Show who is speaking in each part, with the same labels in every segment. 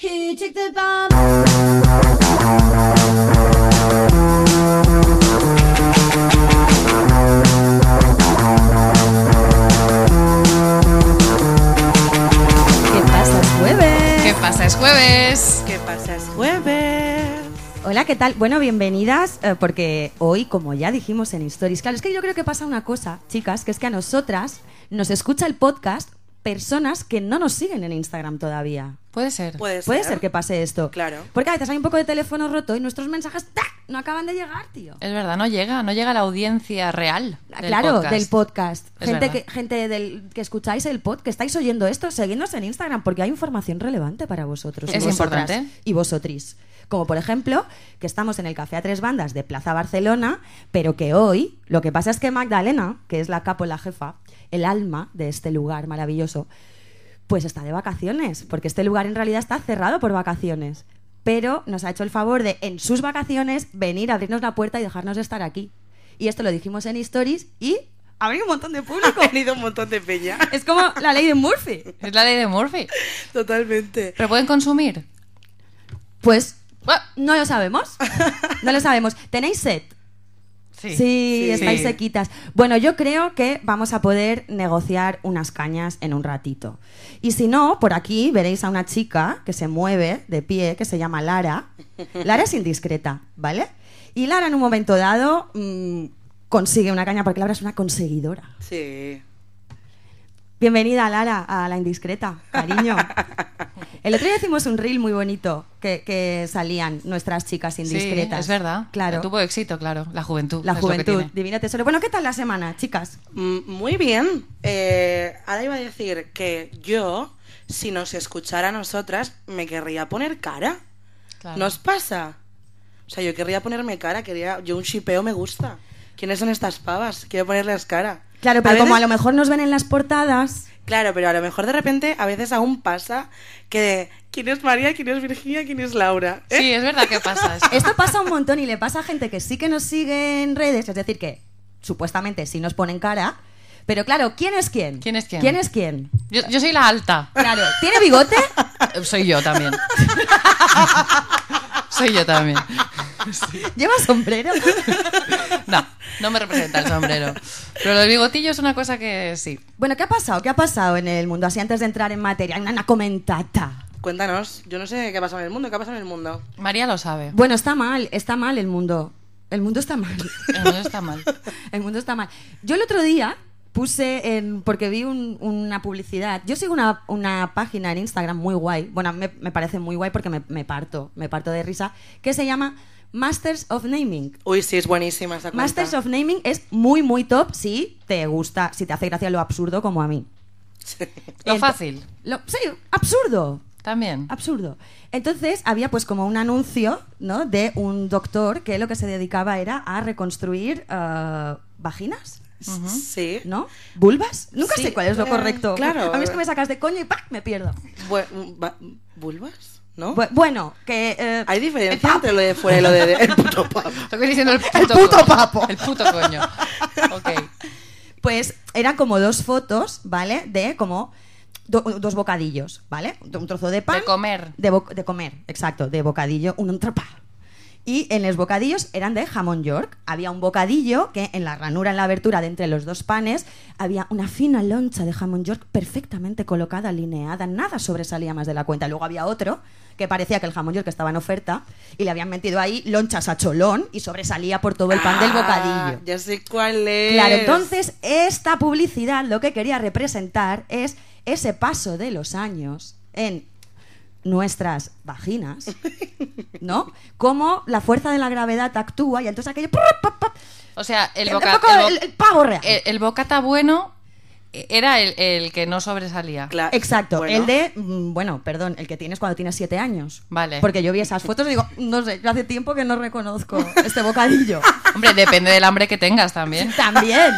Speaker 1: Who took the bomb?
Speaker 2: ¿Qué pasa? Es jueves.
Speaker 3: ¿Qué pasa? Es jueves.
Speaker 4: ¿Qué pasa? Es jueves.
Speaker 2: Hola, ¿qué tal? Bueno, bienvenidas, eh, porque hoy, como ya dijimos en Stories, claro, es que yo creo que pasa una cosa, chicas, que es que a nosotras nos escucha el podcast personas que no nos siguen en Instagram todavía.
Speaker 3: Puede ser.
Speaker 4: Puede ser.
Speaker 2: Puede ser que pase esto.
Speaker 4: Claro.
Speaker 2: Porque a veces hay un poco de teléfono roto y nuestros mensajes ¡tac! no acaban de llegar, tío. Ah,
Speaker 3: Es verdad, no llega, no llega la audiencia real. Del
Speaker 2: claro,
Speaker 3: podcast.
Speaker 2: del podcast.
Speaker 3: Es
Speaker 2: gente
Speaker 3: verdad.
Speaker 2: que, gente del, que escucháis el pod, que estáis oyendo esto, seguidnos en Instagram, porque hay información relevante para vosotros. y
Speaker 3: Es
Speaker 2: vosotras
Speaker 3: importante.
Speaker 2: Y vosotris. Como por ejemplo, que estamos en el Café a Tres Bandas de Plaza Barcelona, pero que hoy lo que pasa es que Magdalena, que es la capo, la jefa, el alma de este lugar maravilloso, pues está de vacaciones, porque este lugar en realidad está cerrado por vacaciones. Pero nos ha hecho el favor de, en sus vacaciones, venir a abrirnos la puerta y dejarnos estar aquí. Y esto lo dijimos en Stories y ha venido un montón de público.
Speaker 4: Ha venido un montón de peña.
Speaker 2: es como la ley de Murphy.
Speaker 3: Es la ley de Murphy.
Speaker 4: Totalmente.
Speaker 3: Pero pueden consumir.
Speaker 2: Pues
Speaker 3: Ah,
Speaker 2: no lo sabemos. No lo sabemos. ¿Tenéis sed? Sí, estáis
Speaker 3: Sí.
Speaker 2: sequitas. Bueno, yo creo que vamos a poder negociar unas cañas en un ratito. Y si no, por aquí veréis a una chica que se mueve de pie, que se llama Lara. Lara es indiscreta, ¿vale? Y Lara en un momento dado mm, consigue una caña, porque Lara es una conseguidora.
Speaker 4: Sí.
Speaker 2: Bienvenida, Lara, a La Indiscreta, cariño. El otro día hicimos un reel muy bonito que, que salían nuestras chicas
Speaker 3: Sí,
Speaker 2: indiscretas.
Speaker 3: es verdad.
Speaker 2: Claro.
Speaker 3: Tuvo éxito, claro. La juventud.
Speaker 2: La
Speaker 3: es lo que
Speaker 2: juventud,
Speaker 3: tiene.
Speaker 2: divino tesoro. Bueno, ¿qué tal la semana, chicas?
Speaker 4: Mm, Muy bien. Eh, ahora iba a decir que yo, si nos escuchara a nosotras, me querría poner cara.
Speaker 3: Claro.
Speaker 4: ¿Nos pasa? O sea, yo querría ponerme cara, quería. Yo un chipeo me gusta. ¿Quiénes son estas pavas? Quiero ponerles cara.
Speaker 2: Claro, pero como
Speaker 4: veces-
Speaker 2: a lo mejor nos ven en las portadas,
Speaker 4: Claro, pero a lo mejor de repente a veces aún pasa que quién es María, quién es Virginia, quién es Laura. ¿Eh?
Speaker 3: Sí, es verdad que pasa. eso.
Speaker 2: esto pasa un montón y le pasa a gente que sí que nos sigue en redes, es decir, que supuestamente sí nos ponen cara, pero claro, ¿quién es quién?
Speaker 3: ¿Quién es quién?
Speaker 2: ¿Quién es quién?
Speaker 3: Yo, yo soy la alta.
Speaker 2: Claro, ¿tiene bigote?
Speaker 3: Soy yo también. soy yo también.
Speaker 2: ¿Lleva sombrero?
Speaker 3: No, no me representa el sombrero. Pero los bigotillos es una cosa que sí.
Speaker 2: Bueno, ¿qué ha pasado? ¿Qué ha pasado en el mundo? Así antes de entrar en materia, hay una, una comentata.
Speaker 4: Cuéntanos, yo no sé qué ha pasado en el mundo, qué ha pasado en el mundo.
Speaker 3: María lo sabe.
Speaker 2: Bueno, está mal, está mal el mundo. El mundo está mal.
Speaker 3: No está mal.
Speaker 2: El mundo está mal. Yo el otro día puse en. porque vi un- una publicidad. Yo sigo una, una página en Instagram muy guay. Bueno, me, me parece muy guay porque me, me parto, me parto de risa. Que se llama Masters of Naming.
Speaker 4: Uy, sí, es buenísima esa cuenta.
Speaker 2: Masters of Naming es muy, muy top si te gusta, si te hace gracia lo absurdo como a mí.
Speaker 4: Sí.
Speaker 3: Lo
Speaker 2: Ento-
Speaker 3: fácil.
Speaker 2: Lo, sí, absurdo.
Speaker 3: También.
Speaker 2: Absurdo. Entonces había pues como un anuncio ¿no? de un doctor que lo que se dedicaba era a reconstruir eh, vaginas.
Speaker 4: Sí.
Speaker 2: ¿No? ¿Vulvas? Nunca
Speaker 4: Sí,
Speaker 2: sé cuál es lo
Speaker 4: eh,
Speaker 2: correcto.
Speaker 4: claro.
Speaker 2: A mí es que me sacas de coño y ¡pac! me pierdo.
Speaker 4: Bu- mm, va- ¿Vulvas? ¿No?
Speaker 2: Bu- Bueno, que. eh,
Speaker 4: Oh. Hay diferencia entre lo de fuera y lo de, de- el puto pavo.
Speaker 3: Lo que diciendo el puto,
Speaker 2: puto
Speaker 3: coño.
Speaker 2: papo.
Speaker 3: El puto coño. Ok.
Speaker 2: pues eran como dos fotos, ¿vale? De como. do- dos bocadillos, ¿vale? Un trozo de pan.
Speaker 3: De comer.
Speaker 2: De, bo- de comer, exacto, de bocadillo, un entrepà. Y en los bocadillos eran de jamón york. Había un bocadillo que en la ranura, en la abertura de entre los dos panes, había una fina loncha de jamón york perfectamente colocada, alineada, nada sobresalía más de la cuenta. Luego había otro que parecía que el jamón york estaba en oferta y le habían metido ahí lonchas a cholón y sobresalía por todo el pan del
Speaker 4: Ah,
Speaker 2: bocadillo.
Speaker 4: ya sé cuál es.
Speaker 2: Claro, entonces esta publicidad lo que quería representar es ese paso de los años en nuestras vaginas, ¿no? Cómo la fuerza de la gravedad actúa y entonces aquello... prr, pa, pa,
Speaker 3: O sea, el,
Speaker 2: un
Speaker 3: boca-
Speaker 2: poco
Speaker 3: el bo-
Speaker 2: el- el pavo real.
Speaker 3: el- el bocata bueno era el, el que no sobresalía.
Speaker 4: Cla-
Speaker 2: Exacto,
Speaker 4: bueno,
Speaker 2: el de, mm, bueno, perdón, el que tienes cuando tienes siete años.
Speaker 3: Vale.
Speaker 2: Porque yo vi esas fotos y digo, no sé, yo hace tiempo que no reconozco este bocadillo.
Speaker 3: Hombre, depende del hambre que tengas también.
Speaker 2: También,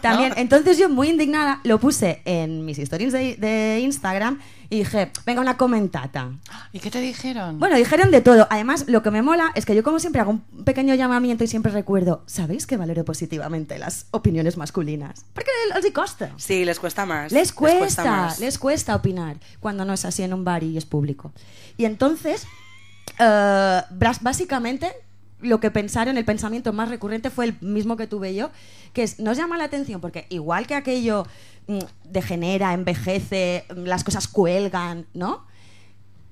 Speaker 2: también. Entonces yo muy indignada lo puse en mis stories de, de Instagram Y dije, venga, una comentata.
Speaker 3: ¿Y qué te dijeron?
Speaker 2: Bueno, dijeron de todo. Además, lo que me mola es que yo como siempre hago un pequeño llamamiento y siempre recuerdo, ¿sabéis que valoro positivamente las opiniones masculinas? Porque les costa.
Speaker 4: Sí, les cuesta más.
Speaker 2: Les cuesta,
Speaker 4: más.
Speaker 2: les cuesta opinar cuando no es así en un bar y es público. Y entonces, eh, bras- básicamente, lo que pensaron, el pensamiento más recurrente fue el mismo que tuve yo, que es, nos llama la atención porque igual que aquello mm, degenera, envejece, mm, las cosas cuelgan, ¿no?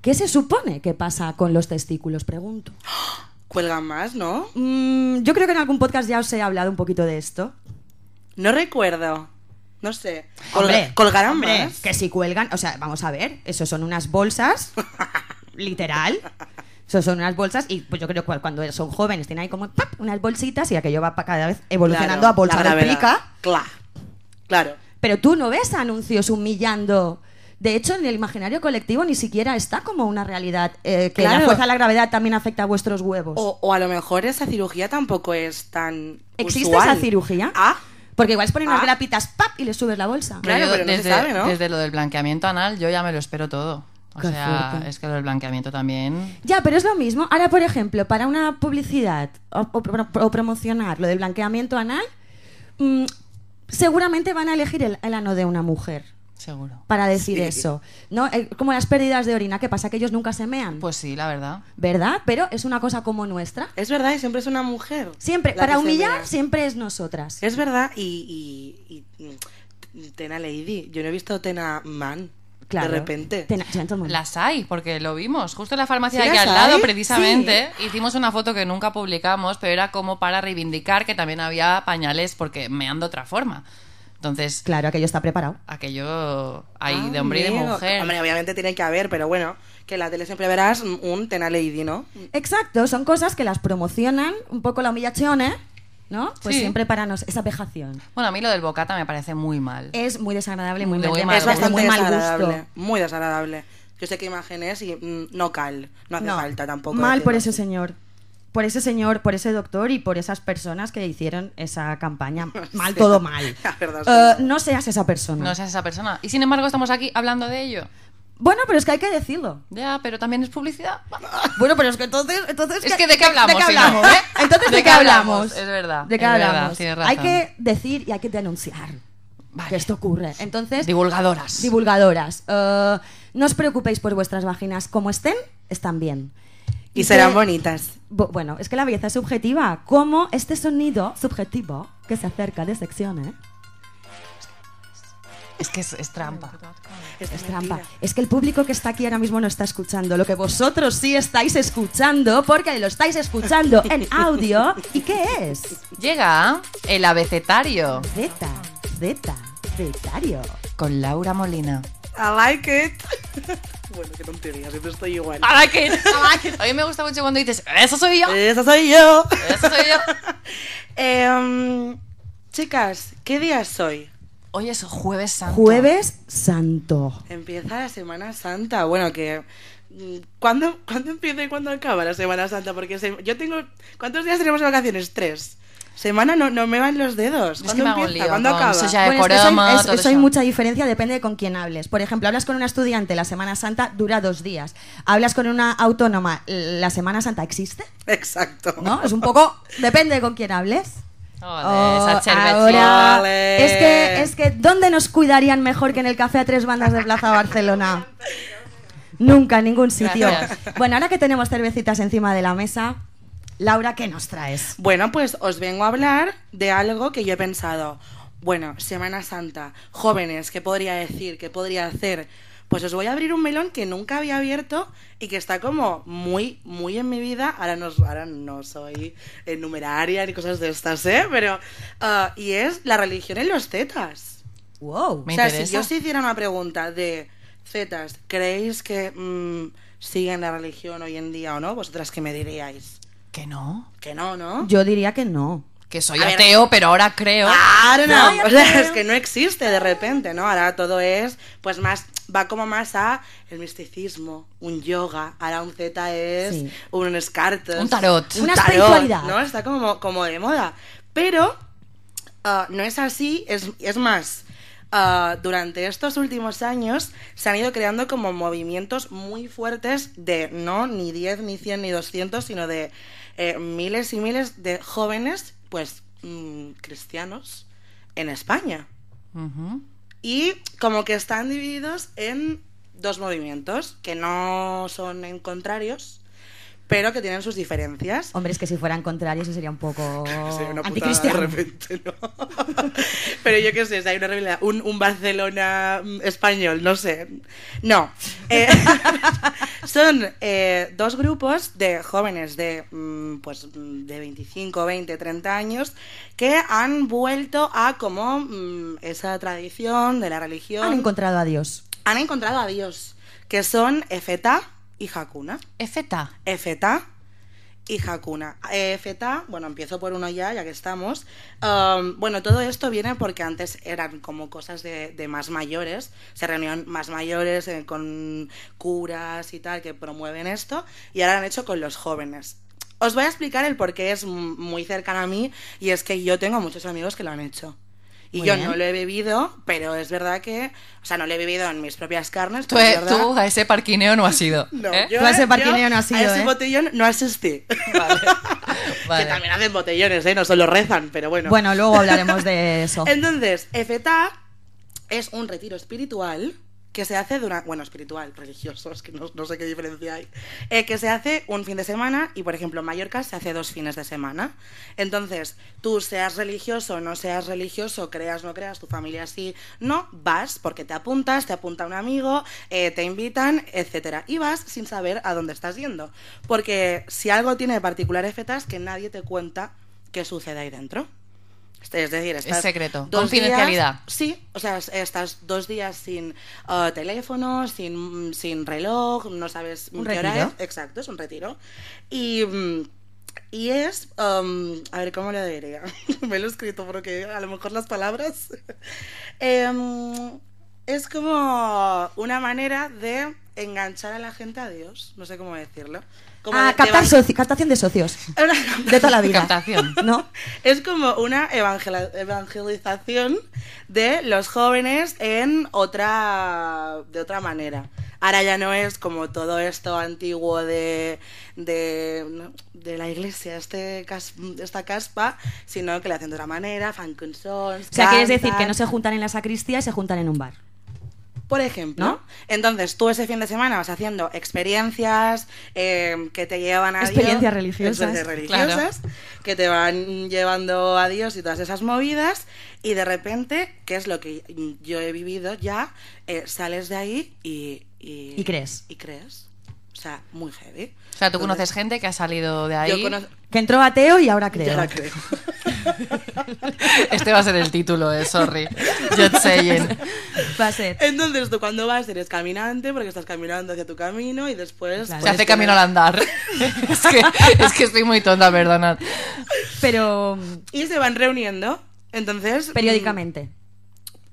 Speaker 2: ¿Qué se supone que pasa con los testículos? Pregunto.
Speaker 4: Cuelgan más, ¿no?
Speaker 2: Mm, yo creo que en algún podcast ya os he hablado un poquito de esto.
Speaker 4: No recuerdo. No sé. Colga-
Speaker 2: Hombre,
Speaker 4: colgarán
Speaker 2: hombre,
Speaker 4: más.
Speaker 2: Que si cuelgan, o sea, vamos a ver, eso son unas bolsas, literal. Eso son unas bolsas y pues yo creo que cuando son jóvenes tienen ahí como ¡pap! unas bolsitas y aquello va pa- cada vez evolucionando
Speaker 4: Claro,
Speaker 2: a bolsa
Speaker 4: la
Speaker 2: de
Speaker 4: gravedad.
Speaker 2: plica.
Speaker 4: Claro. Claro.
Speaker 2: Pero tú no ves anuncios humillando. De hecho, en el imaginario colectivo ni siquiera está como una realidad eh, que la
Speaker 4: Claro.
Speaker 2: fuerza de la gravedad también afecta a vuestros huevos.
Speaker 4: O, o a lo mejor esa cirugía tampoco es tan.
Speaker 2: ¿Existe
Speaker 4: usual.
Speaker 2: esa cirugía?
Speaker 4: Ah,
Speaker 2: Porque igual es poner unas
Speaker 4: Ah.
Speaker 2: grapitas ¡pap! y le subes la bolsa.
Speaker 4: Claro,
Speaker 3: yo
Speaker 4: pero no se
Speaker 3: desde,
Speaker 4: sabe, ¿no?
Speaker 3: desde lo del blanqueamiento anal, yo ya me lo espero todo. O
Speaker 2: Qué
Speaker 3: sea,
Speaker 2: fuerte.
Speaker 3: es que lo del blanqueamiento también.
Speaker 2: Ya, pero es lo mismo. Ahora, por ejemplo, para una publicidad o, o pro- o promocionar lo del blanqueamiento anal, mm, seguramente van a elegir el, el ano de una mujer
Speaker 3: Seguro.
Speaker 2: para decir
Speaker 4: Sí.
Speaker 2: eso. ¿no? Eh, como las pérdidas de orina, ¿qué pasa? Que ellos nunca se mean,
Speaker 3: Pues sí, la verdad.
Speaker 2: ¿verdad? Pero es una cosa como nuestra.
Speaker 4: es verdad, y siempre es una mujer.
Speaker 2: Siempre,
Speaker 4: la
Speaker 2: para
Speaker 4: que se
Speaker 2: humillar,
Speaker 4: mea.
Speaker 2: siempre es nosotras.
Speaker 4: Es verdad, y, y- y- y Tena Lady. Yo no he visto Tena Man.
Speaker 2: Claro.
Speaker 4: De repente.
Speaker 2: Ten- gentleman.
Speaker 3: Las hay, porque lo vimos justo en la farmacia
Speaker 4: ¿Sí
Speaker 3: de aquí
Speaker 4: las
Speaker 3: al lado,
Speaker 4: hay?
Speaker 3: precisamente. Hicimos una foto que nunca publicamos, pero era como para reivindicar que también había pañales porque mean de otra forma. Entonces,
Speaker 2: Claro, aquello está preparado.
Speaker 3: aquello hay
Speaker 4: Ah,
Speaker 3: de hombre y de
Speaker 4: amigo.
Speaker 3: mujer.
Speaker 4: Hombre, obviamente tiene que haber, pero bueno, que en la tele siempre verás un Tena Lady, ¿no?
Speaker 2: Exacto, son cosas que las promocionan, un poco la humillación, ¿eh? ¿No? Pues
Speaker 3: Sí.
Speaker 2: siempre para nos esa vejación.
Speaker 3: Bueno, a mí lo del bocata me parece muy mal.
Speaker 4: Eh,
Speaker 2: Es muy desagradable, muy,
Speaker 3: Muy
Speaker 2: mal,
Speaker 3: mal
Speaker 2: es bastante
Speaker 3: gusto.
Speaker 2: muy mal
Speaker 4: desagradable.
Speaker 2: gusto.
Speaker 4: Muy desagradable. Yo sé qué imagen es y mm, no cal. No hace falta tampoco.
Speaker 2: Mal por ese
Speaker 4: decirlo.
Speaker 2: señor. Por ese señor, por ese doctor y por esas personas que hicieron esa campaña. Mal,
Speaker 4: Sí.
Speaker 2: todo mal.
Speaker 4: La verdad es
Speaker 2: Eh,
Speaker 4: que no.
Speaker 2: no seas esa persona.
Speaker 3: No seas esa persona. Y sin embargo, estamos aquí hablando de ello.
Speaker 2: Bueno, pero es que hay que decirlo.
Speaker 3: Ya, pero también es publicidad.
Speaker 2: Bueno, pero es que entonces. entonces
Speaker 3: Es que ¿de qué hablamos,
Speaker 2: ¿De qué
Speaker 3: si no?
Speaker 2: hablamos? eh? Entonces, ¿de, qué hablamos?
Speaker 3: Es verdad,
Speaker 2: ¿De qué
Speaker 3: es verdad,
Speaker 2: hablamos?
Speaker 3: tienes
Speaker 2: Hay
Speaker 3: razón.
Speaker 2: que decir y hay que denunciar
Speaker 3: Vale.
Speaker 2: que esto ocurre. Entonces,
Speaker 3: Divulgadoras.
Speaker 2: divulgadoras. eh, no os preocupéis por vuestras vaginas. Como estén, están bien.
Speaker 4: Y serán
Speaker 2: que-
Speaker 4: bonitas.
Speaker 2: Bu- Bueno, es que la belleza es subjetiva. Como este sonido subjetivo que se acerca de sección, ¿eh?
Speaker 3: es que es, es trampa.
Speaker 2: Es,
Speaker 4: mentira.
Speaker 2: trampa. Es que el público que está aquí ahora mismo no está escuchando. Lo que vosotros sí estáis escuchando, porque lo estáis escuchando en audio. ¿Y qué es?
Speaker 3: Llega el abecetario
Speaker 2: Zeta, zeta, zetario.
Speaker 3: con Laura Molina.
Speaker 4: I like it. bueno, qué tontería, siempre estoy igual.
Speaker 2: Ah,
Speaker 3: ¡Ahora que A mí me gusta mucho cuando dices, ¡eso soy yo!
Speaker 4: ¡Esa soy yo!
Speaker 3: ¡Eso soy yo!
Speaker 4: Em, chicas, ¿qué día es hoy?
Speaker 3: Hoy es Jueves Santo.
Speaker 2: Jueves Santo.
Speaker 4: Empieza la Semana Santa. Bueno, que. mm, ¿Cuándo, ¿Cuándo empieza y cuándo acaba la Semana Santa? Porque se- yo tengo. ¿Cuántos días tenemos de vacaciones? Tres. Semana no, no me van los dedos.
Speaker 3: Es
Speaker 4: ¿Cuándo
Speaker 3: que me hago un
Speaker 4: empieza?
Speaker 3: lío
Speaker 4: ¿Cuándo
Speaker 3: con
Speaker 4: acaba?
Speaker 3: eso ya- de
Speaker 2: Bueno, es que
Speaker 3: Coroma,
Speaker 2: soy- es-
Speaker 3: todo
Speaker 2: soy
Speaker 3: eso.
Speaker 2: mucha diferencia, depende de con quién hables. Por ejemplo, hablas con una estudiante la Semana Santa, dura dos días. Hablas con una autónoma, ¿la Semana Santa existe?
Speaker 4: Exacto.
Speaker 2: ¿No? Es un poco. Depende de con quién hables.
Speaker 3: Joder,
Speaker 2: Oh,
Speaker 3: esa cervecita.
Speaker 2: ahora,
Speaker 4: Ole.
Speaker 2: es que, es que, ¿dónde nos cuidarían mejor que en el café a tres bandas de Plaza Barcelona? Nunca, en ningún sitio.
Speaker 3: Gracias.
Speaker 2: Bueno, ahora que tenemos cervecitas encima de la mesa, Laura, ¿qué nos traes?
Speaker 4: Bueno, pues os vengo a hablar de algo que yo he pensado. Bueno, Semana Santa, jóvenes, ¿qué podría decir? ¿Qué podría hacer? Pues os voy a abrir un melón que nunca había abierto y que está como muy, muy en mi vida. Ahora no, ahora no soy eh, numeraria ni cosas de estas, ¿eh? Pero. ah, y es la religión en los zetas.
Speaker 2: Wow.
Speaker 3: Me
Speaker 4: o sea,
Speaker 3: interesa.
Speaker 4: si yo os hiciera una pregunta de zetas, ¿creéis que mm, siguen la religión hoy en día o no? ¿Vosotras qué me diríais?
Speaker 3: Que no.
Speaker 4: Que no, ¿no?
Speaker 2: Yo diría que no.
Speaker 3: Que soy
Speaker 4: A ver. Ah.
Speaker 3: ateo, pero ahora creo.
Speaker 4: Claro, no.
Speaker 2: No, ya
Speaker 4: O sea,
Speaker 2: creo.
Speaker 4: es que no existe de repente, ¿no? Ahora todo es, pues más, va como más a el misticismo, un yoga, ahora un Z es
Speaker 2: Sí.
Speaker 4: un escarto.
Speaker 3: Un tarot.
Speaker 2: Una espiritualidad.
Speaker 4: ¿no? Está como, como de moda. Pero ah, no es así, es, es más. ah, durante estos últimos años se han ido creando como movimientos muy fuertes de no ni 10, ni 100, ni 200, sino de eh, miles y miles de jóvenes, pues, mm, cristianos en España.
Speaker 3: Ujú.
Speaker 4: Y como que están divididos en dos movimientos que no son en contrarios, pero que tienen sus diferencias.
Speaker 2: Hombre, es que si fueran contrarios eso sería un poco
Speaker 4: Sería una putada de
Speaker 2: anticristiano.
Speaker 4: repente, ¿no? Pero yo qué sé, si hay una rivalidad, un, un Barcelona mm, español, no sé. No. Eh, son eh, dos grupos de jóvenes de, mm, pues, mm, de 25, 20, 30 años que han vuelto a como mm, esa tradición de la religión.
Speaker 2: Han encontrado a Dios.
Speaker 4: han encontrado a Dios, que son Efeta y Hakuna.
Speaker 3: Efeta.
Speaker 4: Efeta y Hakuna. Efeta, bueno, empiezo por uno ya, ya que estamos. Um, bueno, todo esto viene porque antes eran como cosas de, de más mayores, se reunían más mayores eh, con curas y tal que promueven esto, y ahora lo han hecho con los jóvenes. Os voy a explicar el por qué es m- muy cercano a mí, y es que yo tengo muchos amigos que lo han hecho. Y
Speaker 2: Muy
Speaker 4: yo
Speaker 2: bien.
Speaker 4: no lo he vivido, pero es verdad que, o sea, no lo he vivido en mis propias carnes.
Speaker 3: Tú,
Speaker 4: pero es
Speaker 2: Pues
Speaker 3: eh,
Speaker 4: verdad-
Speaker 3: tú a ese parquineo no has ido.
Speaker 4: no,
Speaker 3: ¿eh?
Speaker 4: yo,
Speaker 2: Tú a ese
Speaker 4: yo
Speaker 2: parquineo no has
Speaker 4: A
Speaker 2: ido,
Speaker 4: ese
Speaker 2: ¿eh?
Speaker 4: botellón no asistí.
Speaker 3: Vale. Vale.
Speaker 4: Que también hacen botellones, ¿eh? No solo rezan, pero bueno.
Speaker 2: Bueno, luego hablaremos de eso. Ah,
Speaker 4: Entonces, EFETA es un retiro espiritual que se hace durante... Bueno, espiritual, religioso, es que no, no sé qué diferencia hay. Eh, que se hace un fin de semana y, por ejemplo, en Mallorca se hace dos fines de semana. Entonces, tú seas religioso, no seas religioso, creas, no creas, tu familia sí, no, vas porque te apuntas, te apunta un amigo, eh, te invitan, etcétera Y vas sin saber a dónde estás yendo. Porque si algo tiene de particular EFETA es que nadie te cuenta qué sucede ahí dentro. Es decir, estás
Speaker 3: secreto,
Speaker 4: dos
Speaker 3: confidencialidad.
Speaker 4: días- sí, o sea, es- estás dos días sin eh, teléfono, sin, sin reloj, no sabes
Speaker 2: Un
Speaker 4: qué hora
Speaker 2: retiro.
Speaker 4: es. Exacto, es un retiro. Y, mm, y es, um, a ver, ¿cómo lo diría? Me lo he escrito porque a lo mejor las palabras... Em, es como una manera de enganchar a la gente a Dios, no sé cómo decirlo. Como
Speaker 2: Ah,
Speaker 4: de-
Speaker 2: captar
Speaker 4: de-
Speaker 2: soci- captación de socios.
Speaker 4: Una-
Speaker 2: De toda la vida.
Speaker 3: Captación.
Speaker 2: ¿No?
Speaker 4: es como una evangela- evangelización de los jóvenes en otra de otra manera. Ahora ya no es como todo esto antiguo de, de, ¿no? de la iglesia, este cas- esta caspa, sino que la hacen de otra manera, fan
Speaker 2: O sea, quieres decir que no se juntan en la sacristía y se juntan en un bar.
Speaker 4: por ejemplo.
Speaker 2: ¿No?
Speaker 4: Entonces, tú ese fin de semana vas haciendo experiencias eh, que te llevan a Dios.
Speaker 2: Experiencias religiosas.
Speaker 4: Experiencias
Speaker 3: Claro.
Speaker 4: religiosas, que te van llevando a Dios y todas esas movidas. Y de repente, que es lo que yo he vivido ya, eh, sales de ahí y, y...
Speaker 2: Y crees.
Speaker 4: Y crees. O sea, muy heavy.
Speaker 3: O sea, tú conoces
Speaker 4: Entonces,
Speaker 3: gente que ha salido de
Speaker 4: Yo
Speaker 3: ahí.
Speaker 4: conozco...
Speaker 2: Que entró ateo y ahora
Speaker 4: Yo
Speaker 2: creo.
Speaker 4: la creo.
Speaker 3: Este va a ser el título, eh, sorry. Just saying.
Speaker 4: Pues
Speaker 2: Va a ser.
Speaker 4: Entonces tú cuando vas eres caminante porque estás caminando hacia tu camino y después... pues
Speaker 2: Claro.
Speaker 3: Se
Speaker 4: puedes
Speaker 3: hace camino al
Speaker 4: tener-
Speaker 3: andar. Es que, es que estoy muy tonta, perdonad.
Speaker 2: Pero mm,
Speaker 4: Y se van reuniendo. Entonces... mm,
Speaker 2: periódicamente.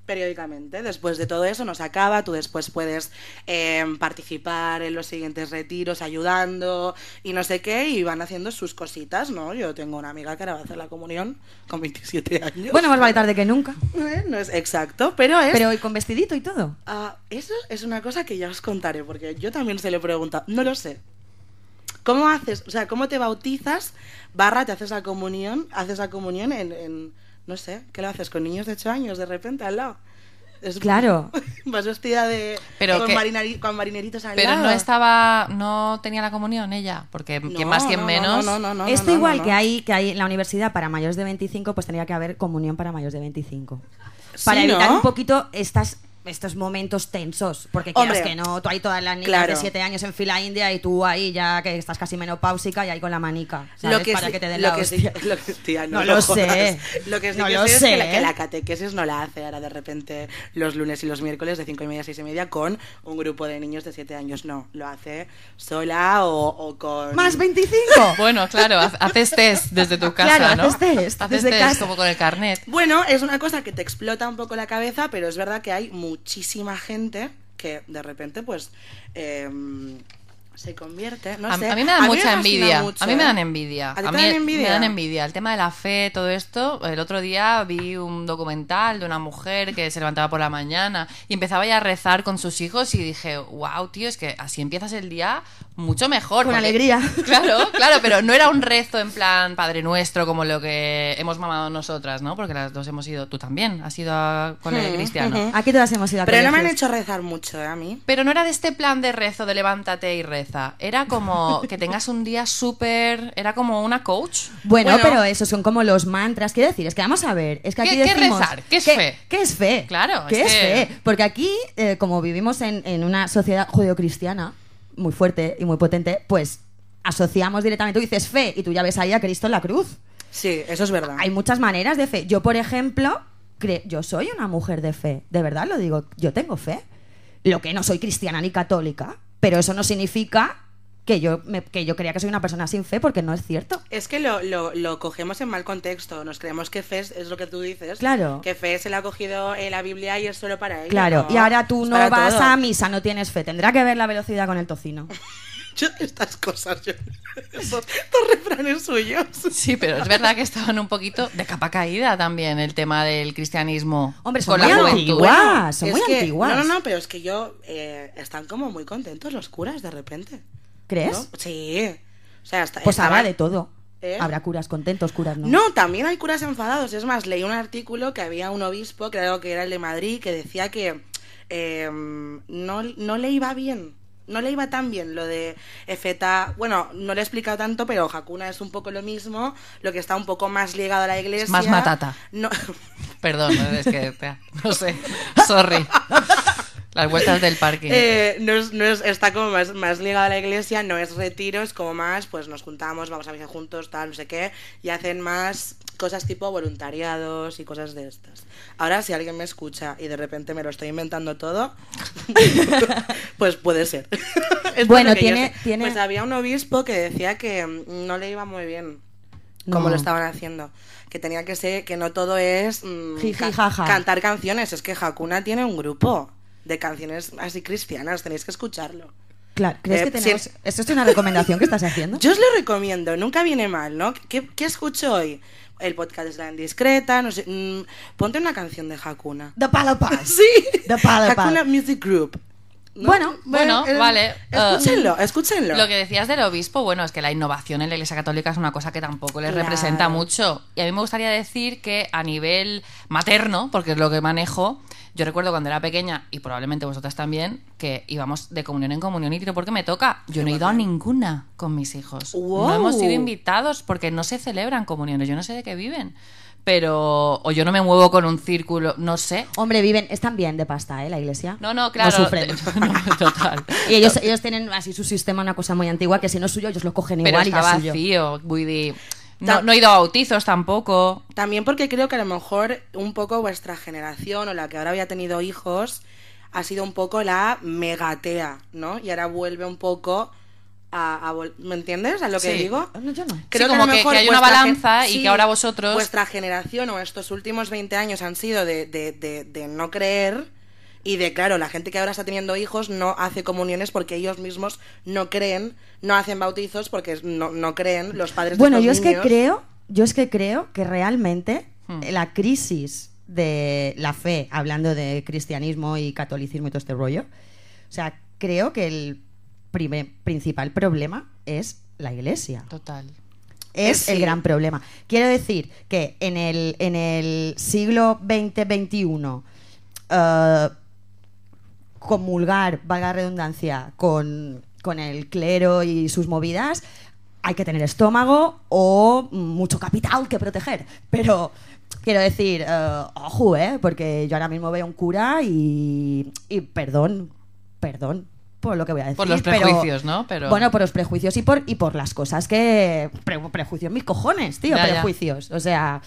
Speaker 4: periódicamente. Después de todo eso nos acaba, tú después puedes eh, participar en los siguientes retiros ayudando y no sé qué, y van haciendo sus cositas, ¿no? Yo tengo una amiga que ahora va a hacer la comunión con 27 años.
Speaker 2: Bueno, pues más vale tarde que nunca.
Speaker 4: Eh, no es exacto, pero es...
Speaker 2: Pero y con vestidito y todo.
Speaker 4: Ah, eso es una cosa que ya os contaré, porque yo también se lo he preguntado, no lo sé. ¿Cómo haces, o sea, cómo te bautizas, barra, te haces la comunión, haces la comunión en, en- no sé, ¿qué lo haces? Con niños de 8 años de repente al lado. Es-
Speaker 2: Claro.
Speaker 4: Vas vestida de...
Speaker 3: Pero
Speaker 4: con,
Speaker 3: que-
Speaker 4: marinari- con marineritos al
Speaker 3: Pero
Speaker 4: lado.
Speaker 3: no estaba, no tenía la comunión ella, porque quien
Speaker 4: No,
Speaker 3: más, quien
Speaker 4: no, no,
Speaker 3: menos.
Speaker 4: no, no, no, no,
Speaker 2: Esto
Speaker 4: no, no,
Speaker 2: igual
Speaker 4: no.
Speaker 2: que hay que hay en la universidad para mayores de 25, pues tendría que haber comunión para mayores de 25.
Speaker 4: Sí,
Speaker 2: Para evitar
Speaker 4: ¿no?
Speaker 2: un poquito estas estos momentos tensos, porque quieras
Speaker 4: Hombre.
Speaker 2: que no, tú ahí todas las niñas
Speaker 4: Claro.
Speaker 2: de 7 años en fila india y tú ahí ya que estás casi menopáusica y ahí con la manica, ¿sabes?
Speaker 4: Lo que
Speaker 2: para
Speaker 4: sí-
Speaker 2: que te den
Speaker 4: lo
Speaker 2: la
Speaker 4: que sí-
Speaker 2: hostia.
Speaker 4: lo que- tía, no,
Speaker 2: No
Speaker 4: lo,
Speaker 2: lo
Speaker 4: jodas.
Speaker 2: sé.
Speaker 4: Lo que sí
Speaker 2: No
Speaker 4: que
Speaker 2: lo
Speaker 4: sé, es que la,
Speaker 2: sé.
Speaker 4: que la catequesis no la hace ahora de repente los lunes y los miércoles de 5 y media a 6 y media con un grupo de niños de 7 años. No, lo hace sola o, o con...
Speaker 2: Más 25.
Speaker 3: Bueno, claro, ha- haces test desde tu casa,
Speaker 2: Claro,
Speaker 3: ¿no?
Speaker 2: haces test
Speaker 3: Haces
Speaker 2: desde
Speaker 3: test
Speaker 2: casa.
Speaker 3: como con el carnet.
Speaker 4: Bueno, es una cosa que te explota un poco la cabeza, pero es verdad que hay muchísima gente que de repente, pues, eh, se convierte. No
Speaker 3: a,
Speaker 4: sé.
Speaker 3: a mí me dan mucha
Speaker 4: fascina
Speaker 3: envidia.
Speaker 4: mucho,
Speaker 3: a mí me dan
Speaker 4: ¿eh?
Speaker 3: envidia.
Speaker 4: ¿A ti te
Speaker 3: mí
Speaker 4: dan
Speaker 3: me
Speaker 4: envidia?
Speaker 3: dan envidia. El tema de la fe, todo esto. El otro día vi un documental de una mujer que se levantaba por la mañana y empezaba ya a rezar con sus hijos y dije, wow, tío, es que así empiezas el día mucho mejor.
Speaker 2: Con alegría.
Speaker 3: Claro, claro, pero no era un rezo en plan Padre Nuestro como lo que hemos mamado nosotras, ¿no? Porque las dos hemos ido, tú también, has ido a- con el
Speaker 4: Mm,
Speaker 3: cristiano.
Speaker 4: ujú.
Speaker 2: Aquí todas hemos ido a
Speaker 4: Pero no me han
Speaker 2: colegios.
Speaker 4: hecho rezar mucho, ¿eh? A mí.
Speaker 3: Pero no era de este plan de rezo, de levántate y reza. Era como que tengas un día súper... Era como una coach.
Speaker 2: Bueno,
Speaker 4: Bueno.
Speaker 2: pero esos son como los mantras. Quiero decir, es que vamos a ver. Es que
Speaker 3: ¿Qué-
Speaker 2: aquí
Speaker 3: qué
Speaker 2: decimos,
Speaker 3: rezar? ¿Qué es fe?
Speaker 2: ¿Qué es fe?
Speaker 3: Claro,
Speaker 2: ¿Qué
Speaker 3: es
Speaker 2: es,
Speaker 3: que-
Speaker 2: fe? Porque aquí, eh, como vivimos en, en una sociedad judeocristiana muy fuerte y muy potente, pues asociamos directamente. Tú dices fe y tú ya ves ahí a Cristo en la cruz.
Speaker 4: Sí, eso es verdad.
Speaker 2: Hay muchas maneras de fe. Yo, por ejemplo, cre- yo soy una mujer de fe. De verdad lo digo. Yo tengo fe. Lo que no soy cristiana ni católica. Pero eso no significa que yo, me- que yo crea que soy una persona sin fe porque no es cierto.
Speaker 4: Es que lo, lo, lo cogemos en mal contexto. Nos creemos que fe es, es lo que tú dices.
Speaker 2: Claro.
Speaker 4: Que fe se la ha cogido en la Biblia y es solo para ella.
Speaker 2: Claro,
Speaker 4: ¿no?
Speaker 2: y ahora tú
Speaker 4: Es
Speaker 2: no
Speaker 4: para
Speaker 2: vas
Speaker 4: todo.
Speaker 2: a misa, no tienes fe. Tendrá que ver la velocidad con el tocino.
Speaker 4: Yo- estas cosas, yo. Estos, estos refranes suyos.
Speaker 3: Sí, pero es verdad que estaban un poquito de capa caída también el tema del cristianismo.
Speaker 2: Hombre, son
Speaker 3: con
Speaker 2: muy
Speaker 3: la juventud.
Speaker 2: antiguas. Guas, son
Speaker 4: Es
Speaker 2: muy
Speaker 4: que-
Speaker 2: antiguas.
Speaker 4: No, no, no, pero es que yo. eh, están como muy contentos los curas de repente.
Speaker 2: ¿Crees?
Speaker 4: ¿no? Sí. O sea, hasta.
Speaker 2: Pues
Speaker 4: estaba-
Speaker 2: habrá de todo.
Speaker 4: ¿Eh?
Speaker 2: Habrá curas contentos, curas no.
Speaker 4: No, también hay curas enfadados. Es más, leí un artículo que había un obispo, creo que era el de Madrid, que decía que eh, no, no le iba bien. No le iba tan bien lo de Efeta. Bueno, no le he explicado tanto, pero Hakuna es un poco lo mismo, lo que está un poco más ligado a la iglesia.
Speaker 3: más matata.
Speaker 4: No,
Speaker 3: Perdón, es que... te- No sé, sorry. Las vueltas del parking.
Speaker 4: eh, no es- no es- está como más, más ligado a la iglesia, no es retiro, es como más, pues nos juntamos, vamos a misa juntos, tal, no sé qué, y hacen más cosas tipo voluntariados y cosas de estas. Ahora, si alguien me escucha y de repente me lo estoy inventando todo, pues puede ser. Es
Speaker 2: Bueno,
Speaker 4: lo que yo
Speaker 2: tiene-
Speaker 4: sé.
Speaker 2: tiene-
Speaker 4: Pues había un obispo que decía que mm, no le iba muy bien como
Speaker 2: No.
Speaker 4: lo estaban haciendo. Que tenía que ser, que no todo es mm,
Speaker 2: Jiji,
Speaker 4: ca-
Speaker 2: jaja.
Speaker 4: cantar canciones. Es que Hakuna tiene un grupo de canciones así cristianas, tenéis que escucharlo.
Speaker 2: Claro, ¿crees
Speaker 4: Eh,
Speaker 2: que tenemos...
Speaker 4: sí.
Speaker 2: ¿Esto es una recomendación que estás haciendo?
Speaker 4: Yo os lo recomiendo, nunca viene mal, ¿no? ¿Qué, qué escucho hoy? El podcast es la indiscreta, no sé. mm, ponte una canción de Hakuna.
Speaker 2: The Palapas.
Speaker 4: Sí,
Speaker 2: The Palapas.
Speaker 4: Hakuna Music Group.
Speaker 2: Bueno,
Speaker 3: bueno, vale, eh,
Speaker 4: Escúchenlo, escúchenlo.
Speaker 3: Lo que decías del obispo, bueno, es que la innovación en la Iglesia Católica es una cosa que tampoco les
Speaker 4: Claro.
Speaker 3: representa mucho. Y a mí me gustaría decir que a nivel materno, porque es lo que manejo, yo recuerdo cuando era pequeña, y probablemente vosotras también, que íbamos de comunión en comunión y tiro porque me toca. Yo no he ido a ninguna con mis hijos.
Speaker 4: Wow.
Speaker 3: No hemos sido invitados porque no se celebran comuniones. Yo no sé de qué viven. Pero, o yo no me muevo con un círculo, no sé.
Speaker 2: Hombre, viven... Están bien de pasta, ¿eh? La iglesia.
Speaker 3: No, no, claro.
Speaker 2: No sufren.
Speaker 3: No, total.
Speaker 2: Y ellos, ellos tienen así su sistema, una cosa muy antigua, que si no es suyo, ellos lo cogen
Speaker 3: Pero
Speaker 2: igual y
Speaker 3: está
Speaker 2: ya es suyo.
Speaker 3: vacío, vull dir, No,
Speaker 4: Ta-
Speaker 3: no he ido a bautizos tampoco.
Speaker 4: También porque creo que a lo mejor un poco vuestra generación o la que ahora había tenido hijos ha sido un poco la megatea, ¿no? Y ahora vuelve un poco a... a vol- ¿Me entiendes a lo que
Speaker 3: Sí.
Speaker 4: digo?
Speaker 2: No, yo no.
Speaker 3: Sí, como que- que hay una
Speaker 4: vuestra
Speaker 3: balanza
Speaker 4: gen-
Speaker 3: y que ahora vosotros-
Speaker 4: Vuestra generación o estos últimos 20 años han sido de, de- de- de no creer y de, claro, la gente que ahora está teniendo hijos no hace comuniones porque ellos mismos no creen, no hacen bautizos porque no, no creen los padres de
Speaker 2: Bueno,
Speaker 4: estos
Speaker 2: yo es que
Speaker 4: niños.
Speaker 2: creo, yo es que creo que realmente
Speaker 3: Hmm.
Speaker 2: eh, la crisis de la fe, hablando de cristianismo y catolicismo y todo este rollo, o sea, creo que el primer- principal problema es la iglesia.
Speaker 3: Total.
Speaker 2: Es
Speaker 4: Sí.
Speaker 2: el gran problema. Quiero decir que en el, en el siglo XX-XXI, comulgar, valga la redundancia, con, con el clero y sus movidas, hay que tener estómago o mucho capital que proteger. Pero quiero decir, eh, ojo, ¿eh? porque yo ahora mismo veo un cura y, y perdón, perdón por lo que voy a decir.
Speaker 3: Por los
Speaker 2: pero-
Speaker 3: prejuicios, ¿no? Pero-
Speaker 2: Bueno, por los prejuicios y por, y por las cosas que... pre- prejuicios, mis cojones, tío,
Speaker 3: Ya, ya.
Speaker 2: prejuicios. O sea,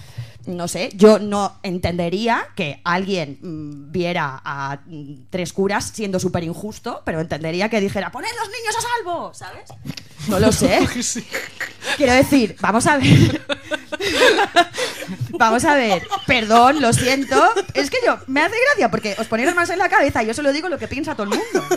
Speaker 2: no sé, yo no entendería que alguien mm, viera a mm, tres curas siendo súper injusto, pero entendería que dijera, poned los niños a salvo, ¿sabes? No lo sé. Quiero decir, vamos a ver. Vamos a ver, perdón, lo siento. Es que yo, me hace gracia porque os ponéis las manos en la cabeza y yo solo digo lo que piensa todo el mundo.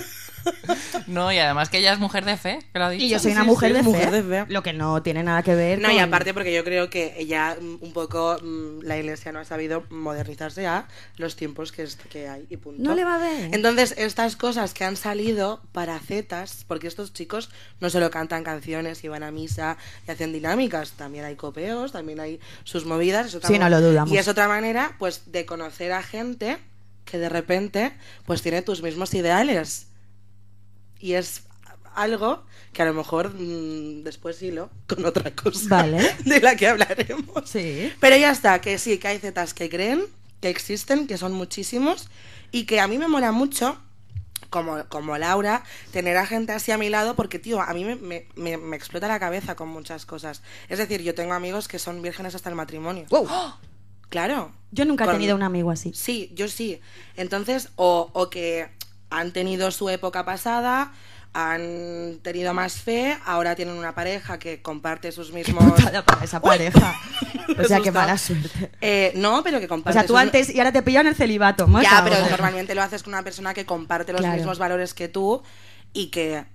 Speaker 3: No, y además que ella es mujer de fe, que lo ha dicho.
Speaker 2: Y yo soy
Speaker 4: Sí,
Speaker 2: una
Speaker 4: sí,
Speaker 2: mujer,
Speaker 4: sí,
Speaker 2: de,
Speaker 4: mujer
Speaker 2: fe,
Speaker 4: de fe.
Speaker 2: Lo que no tiene nada que ver
Speaker 4: No,
Speaker 2: con...
Speaker 4: y aparte porque yo creo que ella mm, un poco mm, la iglesia no ha sabido modernizarse a los tiempos que, es- que hay y punto.
Speaker 2: No le va a ver.
Speaker 4: Entonces, estas cosas que han salido para zetas, porque estos chicos no solo cantan canciones y van a misa y hacen dinámicas, también hay copeos, también hay sus movidas. es otra
Speaker 2: Sí, no
Speaker 4: mo-
Speaker 2: lo dudamos.
Speaker 4: Y es otra manera, pues, de conocer a gente que de repente, pues, tiene tus mismos ideales. Y es algo que a lo mejor mm, después hilo con otra cosa
Speaker 2: Vale.
Speaker 4: de la que hablaremos.
Speaker 2: Sí.
Speaker 4: Pero ya está, que sí, que hay zetas que creen, que existen, que son muchísimos y que a mí me mola mucho, como, como Laura, tener a gente así a mi lado porque, tío, a mí me, me- me- me explota la cabeza con muchas cosas. Es decir, yo tengo amigos que son vírgenes hasta el matrimonio. ¡Oh!
Speaker 2: Wow.
Speaker 4: Claro.
Speaker 2: Yo nunca he
Speaker 4: Con-
Speaker 2: tenido un amigo así.
Speaker 4: Sí, yo sí. Entonces, o, o que han tenido su época pasada, han tenido más fe, ahora tienen una pareja que comparte sus mismos...
Speaker 2: Putada para esa pareja. o sea, qué
Speaker 4: asustado.
Speaker 2: mala suerte.
Speaker 4: Eh, no, pero que
Speaker 2: O
Speaker 4: comparte
Speaker 2: sea, tú
Speaker 4: sus-
Speaker 2: antes y ahora te pillan el celibato. ¿no?
Speaker 4: Ya,
Speaker 2: Esa
Speaker 4: pero
Speaker 2: hora.
Speaker 4: normalmente lo haces con una persona que comparte los
Speaker 2: Claro.
Speaker 4: mismos valores que tú y que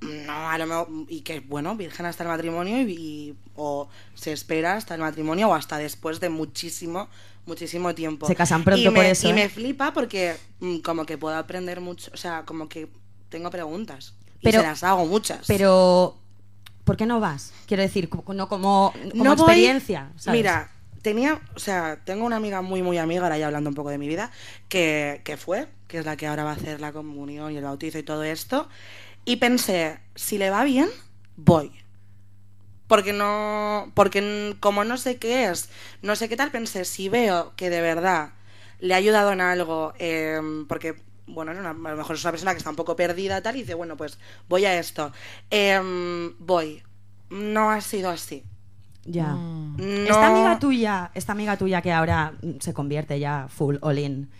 Speaker 4: no, a lo mejor, y que bueno, virgen hasta el matrimonio y, y- o se espera hasta el matrimonio o hasta después de muchísimo, muchísimo tiempo.
Speaker 2: Se casan pronto
Speaker 4: Y me-
Speaker 2: por eso,
Speaker 4: Y
Speaker 2: ¿eh?
Speaker 4: me flipa porque mm, como que puedo aprender mucho, o sea, como que tengo preguntas y
Speaker 2: Pero-
Speaker 4: se las hago muchas.
Speaker 2: Pero, ¿por qué no vas? Quiero decir, cu- no como, como
Speaker 4: no voy-
Speaker 2: experiencia. ¿sabes?
Speaker 4: Mira, tenía, o sea, tengo una amiga muy, muy amiga, ahora ya hablando un poco de mi vida, que, que fue, que es la que ahora va a hacer la comunión y el bautizo y todo esto. Y pensé, si le va bien, voy. Porque no, porque n- como no sé qué es, no sé qué tal, pensé, si veo que de verdad le ha ayudado en algo, em, porque, bueno, era una- a lo mejor es una persona que está un poco perdida tal, y dice, bueno, pues voy a esto. Em, voy. No ha sido así.
Speaker 2: Ya.
Speaker 4: mm, No.
Speaker 2: Esta amiga tuya, esta amiga tuya que ahora mm, se convierte ya full all in,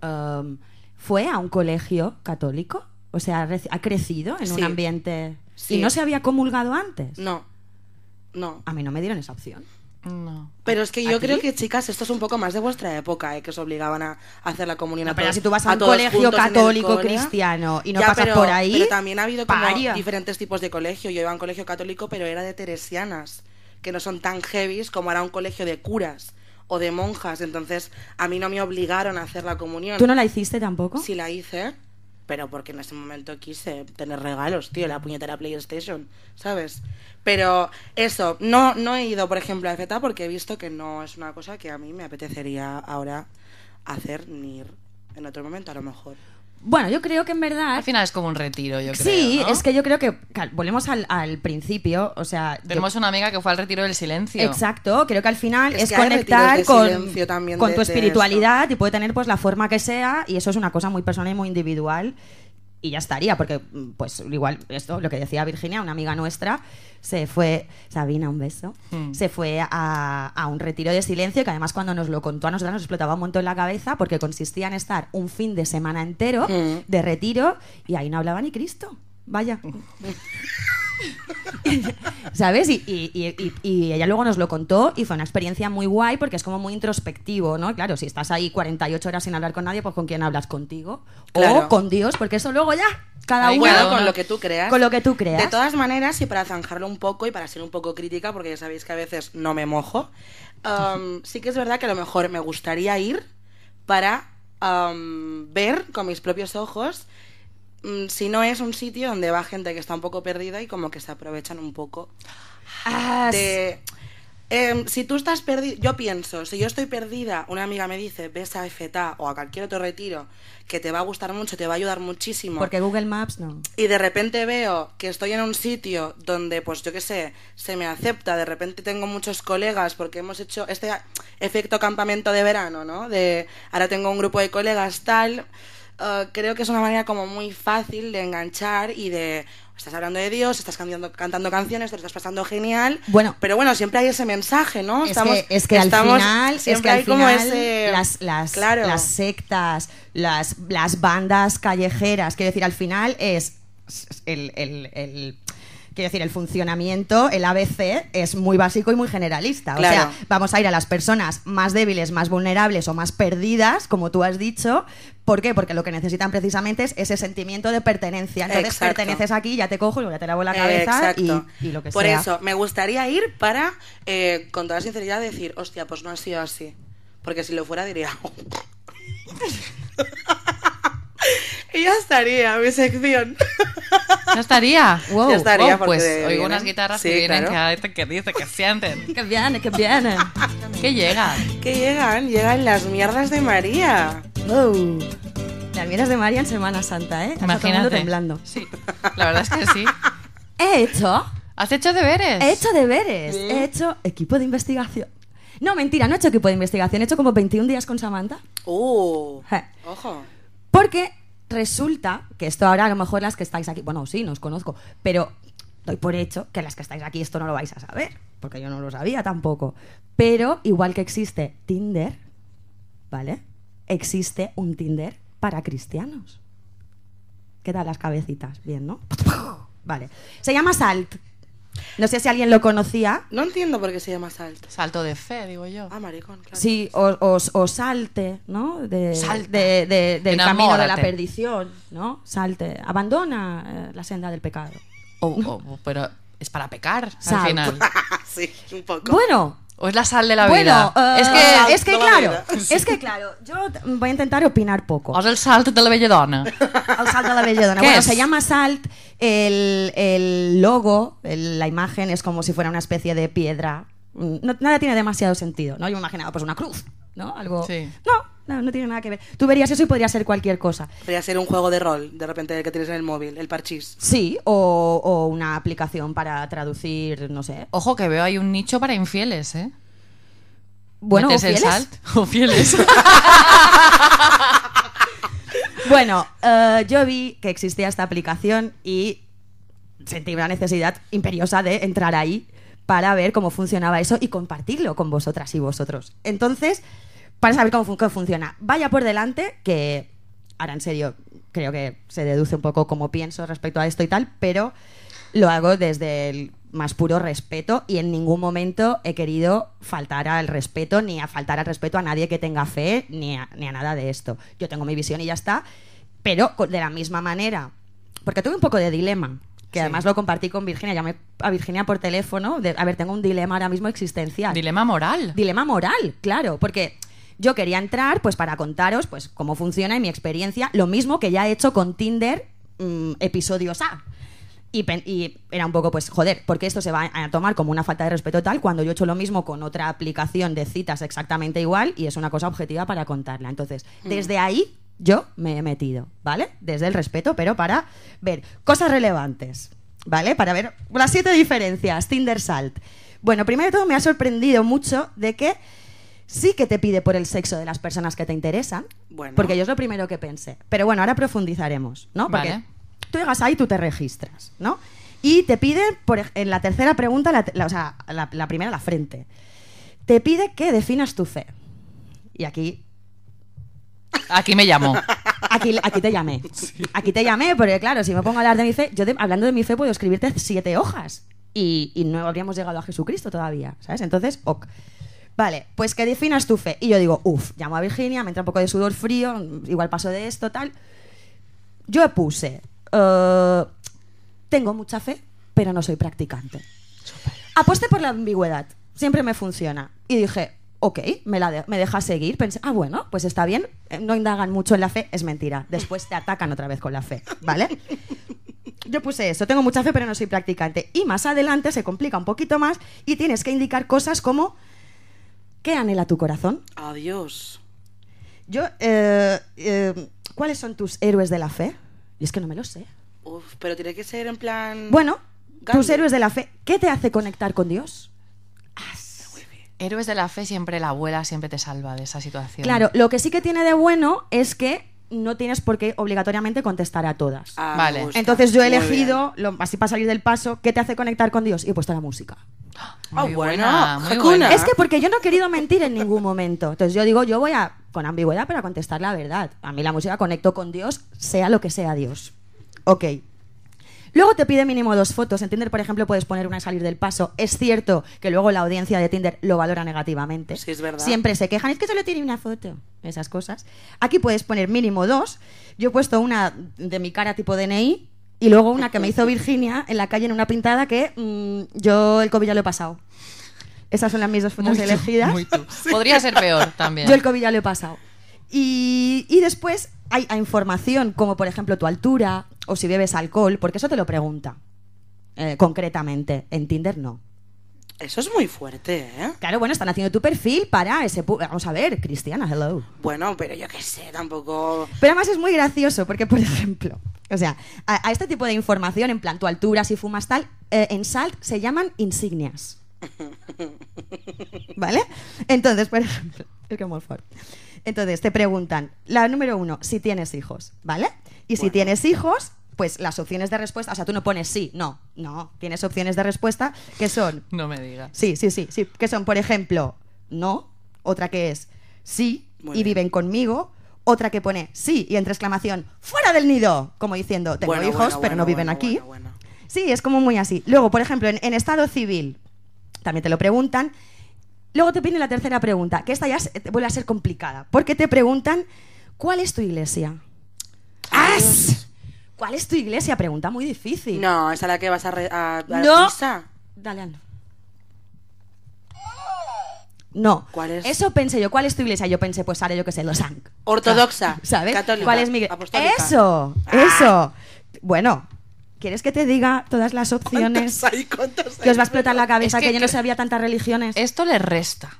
Speaker 2: um, ¿fue a un colegio católico? O sea, ha reci- ha crecido en
Speaker 4: Sí.
Speaker 2: un ambiente
Speaker 4: Sí.
Speaker 2: y no se había comulgado antes.
Speaker 4: No. No.
Speaker 2: A mí no me dieron esa opción.
Speaker 3: No.
Speaker 4: Pero es que yo
Speaker 2: Ah, ¿A ti?
Speaker 4: creo que, chicas, esto es un poco más de vuestra época, ¿eh? que os obligaban a hacer la comunión a
Speaker 2: No, pero
Speaker 4: todos-
Speaker 2: si tú vas a un
Speaker 4: todos
Speaker 2: colegio
Speaker 4: juntos en el
Speaker 2: católico
Speaker 4: cole.
Speaker 2: cristiano y no
Speaker 4: Ya,
Speaker 2: pasas
Speaker 4: pero-
Speaker 2: por ahí,
Speaker 4: Pero también ha habido como
Speaker 2: paria.
Speaker 4: diferentes tipos de colegio. Yo iba a un colegio católico, pero era de teresianas, que no son tan heavies como era un colegio de curas o de monjas. Entonces, a mí no me obligaron a hacer la comunión.
Speaker 2: ¿Tú no la hiciste tampoco?
Speaker 4: Sí la hice, pero porque en ese momento quise tener regalos, tío, la puñetera PlayStation, ¿sabes? Pero eso, no, no he ido, por ejemplo, a FETA porque he visto que no es una cosa que a mí me apetecería ahora hacer ni ir en otro momento, a lo mejor.
Speaker 2: Bueno, yo creo que en verdad
Speaker 3: Al final es como un retiro, yo creo.
Speaker 2: Sí,
Speaker 3: ¿no?
Speaker 2: es que yo creo que claro, volvemos al, al principio, o sea, yo-
Speaker 3: Tenemos una amiga que fue al retiro del silencio.
Speaker 2: exacto, creo que al final
Speaker 4: Es
Speaker 2: es,
Speaker 4: que hay
Speaker 2: conectar
Speaker 4: retiros de
Speaker 2: con,
Speaker 4: silencio también
Speaker 2: con
Speaker 4: de-
Speaker 2: tu
Speaker 4: de
Speaker 2: espiritualidad y puede tener pues la forma que sea y eso es una cosa muy personal y muy individual y ya estaría, porque mm, pues igual esto, lo que decía Virginia, una amiga nuestra, se fue, Sabina, un beso,
Speaker 3: Mm.
Speaker 2: se fue a, a un retiro de silencio que además cuando nos lo contó a nosotras nos explotaba un montón la cabeza porque consistía en estar un fin de semana entero
Speaker 4: Mm.
Speaker 2: de retiro y ahí no hablaba ni Cristo. Vaya. ¿Sabes? Y, y- y- y- y ella luego nos lo contó y fue una experiencia muy guay porque es como muy introspectivo, ¿no? Claro, si estás ahí 48 horas sin hablar con nadie, pues con quién hablas contigo
Speaker 4: Claro.
Speaker 2: o con Dios, porque eso luego ya, cada
Speaker 3: Ahí
Speaker 2: uno
Speaker 3: cada
Speaker 4: Bueno,
Speaker 3: uno.
Speaker 4: con lo que tú creas.
Speaker 2: con lo que tú creas.
Speaker 4: De todas maneras, y para zanjarlo un poco y para ser un poco crítica, porque ya sabéis que a veces no me mojo, um, sí que es verdad que a lo mejor me gustaría ir para um, ver con mis propios ojos mm, si no es un sitio donde va gente que está un poco perdida y como que se aprovechan un poco
Speaker 2: Ah,
Speaker 4: de- em, si tú estás perdido, yo pienso, si yo estoy perdida, una amiga me dice, ves a FTA o a cualquier otro retiro que te va a gustar mucho, te va a ayudar muchísimo
Speaker 2: Porque Google Maps no.
Speaker 4: y de repente veo que estoy en un sitio donde, pues yo qué sé, se me acepta, de repente tengo muchos colegas porque hemos hecho este efecto campamento de verano, ¿no? De ahora tengo un grupo de colegas tal, eh, creo que es una manera como muy fácil de enganchar y de, estás hablando de Dios, estás cantando, cantando canciones, te lo estás pasando genial,
Speaker 2: Bueno.
Speaker 4: pero bueno, siempre hay ese mensaje, ¿no?
Speaker 2: Es que, es que al
Speaker 4: estamos-
Speaker 2: final, es
Speaker 4: siempre
Speaker 2: que al
Speaker 4: hay como
Speaker 2: final
Speaker 4: ese-
Speaker 2: las, las,
Speaker 4: claro.
Speaker 2: las sectas, las, las bandas callejeras, quiero decir, al final es el, el- el- Quiero decir, el funcionamiento, el ABC, es muy básico y muy generalista. O sea,
Speaker 4: Claro.
Speaker 2: vamos a ir a las personas más débiles, más vulnerables o más perdidas, como tú has dicho. ¿Por qué? Porque lo que necesitan precisamente es ese sentimiento de pertenencia. Entonces
Speaker 4: Exacto.
Speaker 2: perteneces aquí, ya te cojo, luego ya te lavo la
Speaker 4: Eh,
Speaker 2: cabeza y,
Speaker 4: Exacto.
Speaker 2: y lo que
Speaker 4: Por
Speaker 2: sea.
Speaker 4: eso, me gustaría ir para, eh, con toda sinceridad, decir, hostia, pues no ha sido así. Porque si lo fuera diría... "Oh". y ya estaría mi sección.
Speaker 3: No estaría. Wow,
Speaker 4: Ya estaría,
Speaker 3: wow, pues
Speaker 4: porque
Speaker 3: oigo
Speaker 4: vienen.
Speaker 3: unas guitarras
Speaker 4: Sí,
Speaker 3: que vienen
Speaker 4: claro.
Speaker 3: que, que dicen que sienten.
Speaker 2: Que viene, que viene.
Speaker 3: que llega.
Speaker 4: que llegan, llegan las mierdas de María.
Speaker 2: Wow. Las mieras de María en Semana Santa, ¿eh? Has a todo el mundo
Speaker 3: Imagínate.
Speaker 2: temblando.
Speaker 3: Sí, la verdad es que sí.
Speaker 2: He hecho,
Speaker 3: ¿Has hecho deberes?
Speaker 2: he hecho deberes, he hecho equipo de investigación. No, mentira, no he hecho equipo de investigación, he hecho como 21 días con Samantha.
Speaker 4: Uh,
Speaker 2: Je.
Speaker 4: ojo.
Speaker 2: Porque resulta que esto ahora a lo mejor las que estáis aquí, bueno, sí, no os conozco, pero doy por hecho que las que estáis aquí esto no lo vais a saber, porque yo no lo sabía tampoco. Pero igual que existe Tinder, ¿vale? Existe un Tinder para cristianos. ¿Qué tal las cabecitas? Bien, ¿no? Vale. Se llama Salt. No sé si alguien lo conocía.
Speaker 4: No entiendo por qué se llama Salt.
Speaker 3: Salto de fe, digo yo.
Speaker 4: Ah, maricón, claro.
Speaker 2: Sí, o, os- o salte, ¿no? De,
Speaker 3: Salta.
Speaker 2: de- de- del
Speaker 3: Enamórate.
Speaker 2: camino de la perdición, ¿no? Salte. Abandona eh, la senda del pecado.
Speaker 3: O- o- pero es para pecar
Speaker 2: Sal.
Speaker 3: al final.
Speaker 4: sí, un poco.
Speaker 2: Bueno,
Speaker 3: O es la sal de la
Speaker 2: bueno,
Speaker 3: vida.
Speaker 2: eh,
Speaker 3: es que
Speaker 2: es que
Speaker 4: Toda la
Speaker 2: claro,
Speaker 4: vida.
Speaker 2: es que claro, yo t- voy a intentar opinar poco.
Speaker 3: haz el salto de la belladona.
Speaker 2: al Salt de la Belladona.
Speaker 3: ¿Qué
Speaker 2: Bueno,
Speaker 3: es?
Speaker 2: se llama Salt. El, el logo, el- la imagen es como si fuera una especie de piedra. Mm, No, nada tiene demasiado sentido, ¿no? Yo me imaginaba pues una cruz, ¿no? Algo.
Speaker 3: Sí.
Speaker 2: No, no, no tiene nada que ver. Tú verías eso y podría ser cualquier cosa.
Speaker 4: Podría ser un juego de rol, de repente, el que tienes en el móvil, el parchís.
Speaker 2: Sí, o, o una aplicación para traducir, no sé.
Speaker 3: Ojo que veo ahí un nicho para infieles, ¿eh?
Speaker 2: Bueno, o
Speaker 3: Metes el
Speaker 2: fieles.
Speaker 3: salt o fieles.
Speaker 2: Bueno, eh, yo vi que existía esta aplicación y sentí una necesidad imperiosa de entrar ahí para ver cómo funcionaba eso y compartirlo con vosotras y vosotros. Entonces, para saber cómo, fun- cómo funciona, vaya por delante que, ahora en serio, creo que se deduce un poco cómo pienso respecto a esto y tal, pero lo hago desde el más puro respeto y en ningún momento he querido faltar al respeto ni a faltar al respeto a nadie que tenga fe ni a, ni a nada de esto. Yo tengo mi visión y ya está, pero co- de la misma manera, porque tuve un poco de dilema, que
Speaker 3: Sí.
Speaker 2: además lo compartí con Virginia, llamé a Virginia por teléfono, de, a ver, tengo un dilema ahora mismo existencial.
Speaker 3: Dilema moral.
Speaker 2: Dilema moral, claro, porque yo quería entrar pues para contaros pues cómo funciona y mi experiencia, lo mismo que ya he hecho con Tinder mm, episodios A. Y, pen- y era un poco, pues, joder, porque esto se va a tomar como una falta de respeto tal cuando yo he hecho lo mismo con otra aplicación de citas exactamente igual y es una cosa objetiva para contarla. Entonces, desde ahí yo me he metido, ¿vale? Desde el respeto, pero para ver cosas relevantes, ¿vale? Para ver las siete diferencias, Tinder Salt. Bueno, primero de todo me ha sorprendido mucho de que sí que te pide por el sexo de las personas que te interesan,
Speaker 4: Bueno.
Speaker 2: porque yo es lo primero que pensé. Pero bueno, ahora profundizaremos, ¿no? Porque
Speaker 3: Vale.
Speaker 2: tú llegas ahí, tú te registras, ¿no? Y te pide, por, ej- en la tercera pregunta, la, te- la- o sea, la, la primera, la frente, te pide que definas tu fe. Y aquí,
Speaker 3: Aquí me llamo.
Speaker 2: aquí, aquí te llamé. Aquí te llamé, porque claro, si me pongo a hablar de mi fe, yo de- hablando de mi fe puedo escribirte siete hojas. Y, y no habríamos llegado a Jesucristo todavía, ¿sabes? Entonces, ok. Vale, pues que definas tu fe. Y yo digo, uff, llamo a Virginia, me entra un poco de sudor frío, igual paso de esto, tal. Yo puse, eh, tengo mucha fe, pero no soy practicante. Aposté por la ambigüedad, siempre me funciona. Y dije, ok, me, la de- me deja seguir. Pensé, ah, bueno, pues está bien, eh, no indagan mucho en la fe, es mentira. Después te atacan otra vez con la fe, ¿vale? Yo puse eso, tengo mucha fe, pero no soy practicante. Y más adelante se complica un poquito más y tienes que indicar cosas como, ¿qué anhela tu corazón?
Speaker 4: Adiós.
Speaker 2: Yo, eh, eh, ¿cuáles son tus héroes de la fe? Y es que no me lo sé.
Speaker 4: Uf, pero tiene que ser en plan...
Speaker 2: Bueno, tus
Speaker 4: Mm, Gandhi.
Speaker 2: héroes de la fe, ¿qué te hace conectar con Dios?
Speaker 3: Héroes de la fe, siempre la abuela siempre te salva de esa situación.
Speaker 2: Claro, lo que sí que tiene de bueno es que no tienes por qué obligatoriamente contestar a todas.
Speaker 4: Ah, me
Speaker 3: Vale.
Speaker 4: gusta.
Speaker 2: Entonces yo he
Speaker 4: Muy
Speaker 2: elegido, lo- así para salir del paso, ¿qué te hace conectar con Dios? Y he puesto la música.
Speaker 4: Ah,
Speaker 3: Muy
Speaker 4: bueno,
Speaker 3: buena, muy
Speaker 4: Hakuna.
Speaker 3: buena.
Speaker 2: Es que porque yo no he querido mentir en ningún momento. Entonces yo digo, yo voy a, con ambigüedad, pero a contestar la verdad. A mí la música conecto con Dios, sea lo que sea Dios. Ok. Luego te pide mínimo dos fotos. En Tinder, por ejemplo, puedes poner una y salir del paso. Es cierto que luego la audiencia de Tinder lo valora negativamente.
Speaker 4: Sí, es verdad.
Speaker 2: Siempre se quejan, es que solo tiene una foto. Esas cosas. Aquí puedes poner mínimo dos. Yo he puesto una de mi cara tipo DNI y luego una que me hizo Virginia en la calle en una pintada que mm, yo el COVID ya lo he pasado. Esas son las mis dos fotos
Speaker 3: Muy tú,
Speaker 2: elegidas.
Speaker 3: muy tú. Podría ser peor también.
Speaker 2: Yo el COVID ya lo he pasado. Y, y después hay, hay información como, por ejemplo, tu altura o si bebes alcohol, porque eso te lo pregunta eh, concretamente. En Tinder no.
Speaker 4: Eso es muy fuerte, ¿eh?
Speaker 2: Claro, bueno, están haciendo tu perfil para ese... pu- Vamos a ver, Cristiana, hello.
Speaker 4: Bueno, pero yo qué sé, tampoco.
Speaker 2: Pero además es muy gracioso porque, por ejemplo, o sea, a, a este tipo de información, en plan tu altura, si fumas tal, eh, en SALT se llaman insignias. ¿Vale? Entonces, por ejemplo, es que Molfort. Entonces, te preguntan, la número uno, si tienes hijos, ¿vale? Y si
Speaker 4: Bueno.
Speaker 2: tienes hijos, pues las opciones de respuesta, o sea, tú no pones sí, no, no, tienes opciones de respuesta que son
Speaker 3: No me digas.
Speaker 2: Sí, sí, sí, sí. Que son, por ejemplo, no. Otra que es sí
Speaker 4: Muy
Speaker 2: y
Speaker 4: bien.
Speaker 2: viven conmigo. Otra que pone sí y entre exclamación, fuera del nido. Como diciendo, tengo
Speaker 4: Bueno,
Speaker 2: hijos,
Speaker 4: bueno,
Speaker 2: pero
Speaker 4: bueno,
Speaker 2: no viven
Speaker 4: bueno,
Speaker 2: aquí.
Speaker 4: bueno, bueno.
Speaker 2: Sí, es como muy así. Luego, por ejemplo, en, en estado civil, también te lo preguntan. Luego te viene la tercera pregunta, que esta ya se- vuelve a ser complicada, porque te preguntan, ¿cuál es tu iglesia? ¡As! ¿Cuál es tu iglesia? Pregunta muy difícil.
Speaker 4: No, es a la que vas a. re- a, a
Speaker 2: No.
Speaker 4: misa.
Speaker 2: Dale, anda. No.
Speaker 4: ¿Cuál es?
Speaker 2: Eso pensé yo. ¿Cuál es tu iglesia? Yo pensé, pues ahora yo que sé, los Ang.
Speaker 4: Ortodoxa.
Speaker 2: ¿Sabes?
Speaker 4: Católica.
Speaker 2: ¿Cuál es mi iglesia?
Speaker 4: apostólica. Ah.
Speaker 2: Eso, eso. Bueno, ¿quieres que te diga todas las opciones?
Speaker 4: ¿Cuántas hay? ¿Cuántas hay?
Speaker 2: Que os va a explotar la cabeza,
Speaker 3: Es
Speaker 2: que,
Speaker 3: que
Speaker 2: yo no
Speaker 3: cre-
Speaker 2: sabía tantas religiones.
Speaker 3: Esto le resta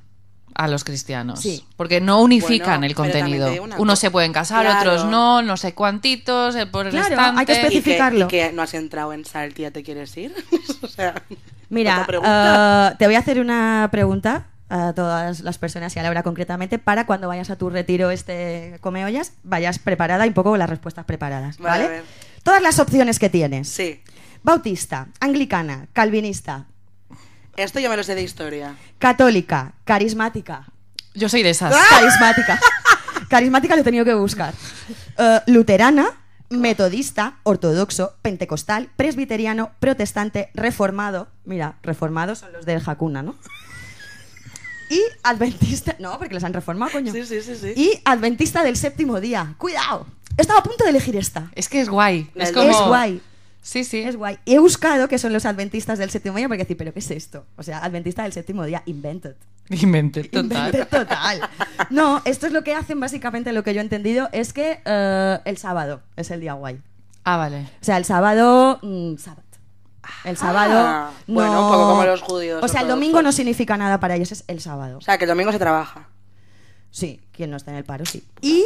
Speaker 3: a los cristianos.
Speaker 2: Sí.
Speaker 3: Porque no unifican
Speaker 4: Bueno,
Speaker 3: el
Speaker 4: pero también te
Speaker 3: contenido.
Speaker 4: digo una
Speaker 3: Unos
Speaker 4: cosa.
Speaker 3: se pueden casar,
Speaker 4: Claro.
Speaker 3: otros no, no sé cuántitos, el por el
Speaker 2: Claro,
Speaker 3: estante.
Speaker 2: hay que
Speaker 4: Y que,
Speaker 2: especificarlo.
Speaker 4: y que no has entrado en sal, tía, ¿te quieres ir? o sea,
Speaker 2: Mira,
Speaker 4: otra pregunta.
Speaker 2: eh, te voy a hacer una pregunta a todas las personas y a Laura concretamente para cuando vayas a tu retiro este comeollas vayas preparada y un poco con las respuestas preparadas,
Speaker 4: Vale,
Speaker 2: ¿vale?
Speaker 4: a ver.
Speaker 2: Todas las opciones que tienes.
Speaker 4: Sí,
Speaker 2: Bautista, anglicana, calvinista,
Speaker 4: esto yo me lo sé de historia.
Speaker 2: católica, carismática.
Speaker 3: Yo soy de
Speaker 4: Ah.
Speaker 3: esas.
Speaker 2: Carismática. Carismática lo he tenido que buscar. Eh, luterana, metodista, ortodoxo, pentecostal, presbiteriano, protestante, reformado. Mira, reformados son los del Hakuna, ¿no? Y adventista. No, porque los han reformado, coño.
Speaker 4: Sí, sí, sí, sí.
Speaker 2: Y adventista del séptimo día. ¡Cuidado! Estaba a punto de elegir esta.
Speaker 3: Es que es guay.
Speaker 4: La
Speaker 3: Es,
Speaker 4: del-
Speaker 3: como...
Speaker 2: Es guay.
Speaker 3: Sí, sí.
Speaker 2: Es guay. Y he buscado que son los adventistas del séptimo día porque decir, ¿pero qué es esto? O sea, adventista del séptimo día, invented.
Speaker 3: Inventé, total.
Speaker 2: Invented total. No, esto es lo que hacen básicamente, lo que yo he entendido, es que eh, el sábado es el día guay.
Speaker 3: Ah, vale.
Speaker 2: O sea, el sábado, mm, sábado. El sábado.
Speaker 4: Ah,
Speaker 2: no-
Speaker 4: bueno, un poco como los judíos
Speaker 2: O sea, el
Speaker 4: ortodoxos.
Speaker 2: domingo no significa nada para ellos, es el sábado.
Speaker 4: O sea, que el domingo se trabaja.
Speaker 2: Sí, quien no está en el paro, sí. Y.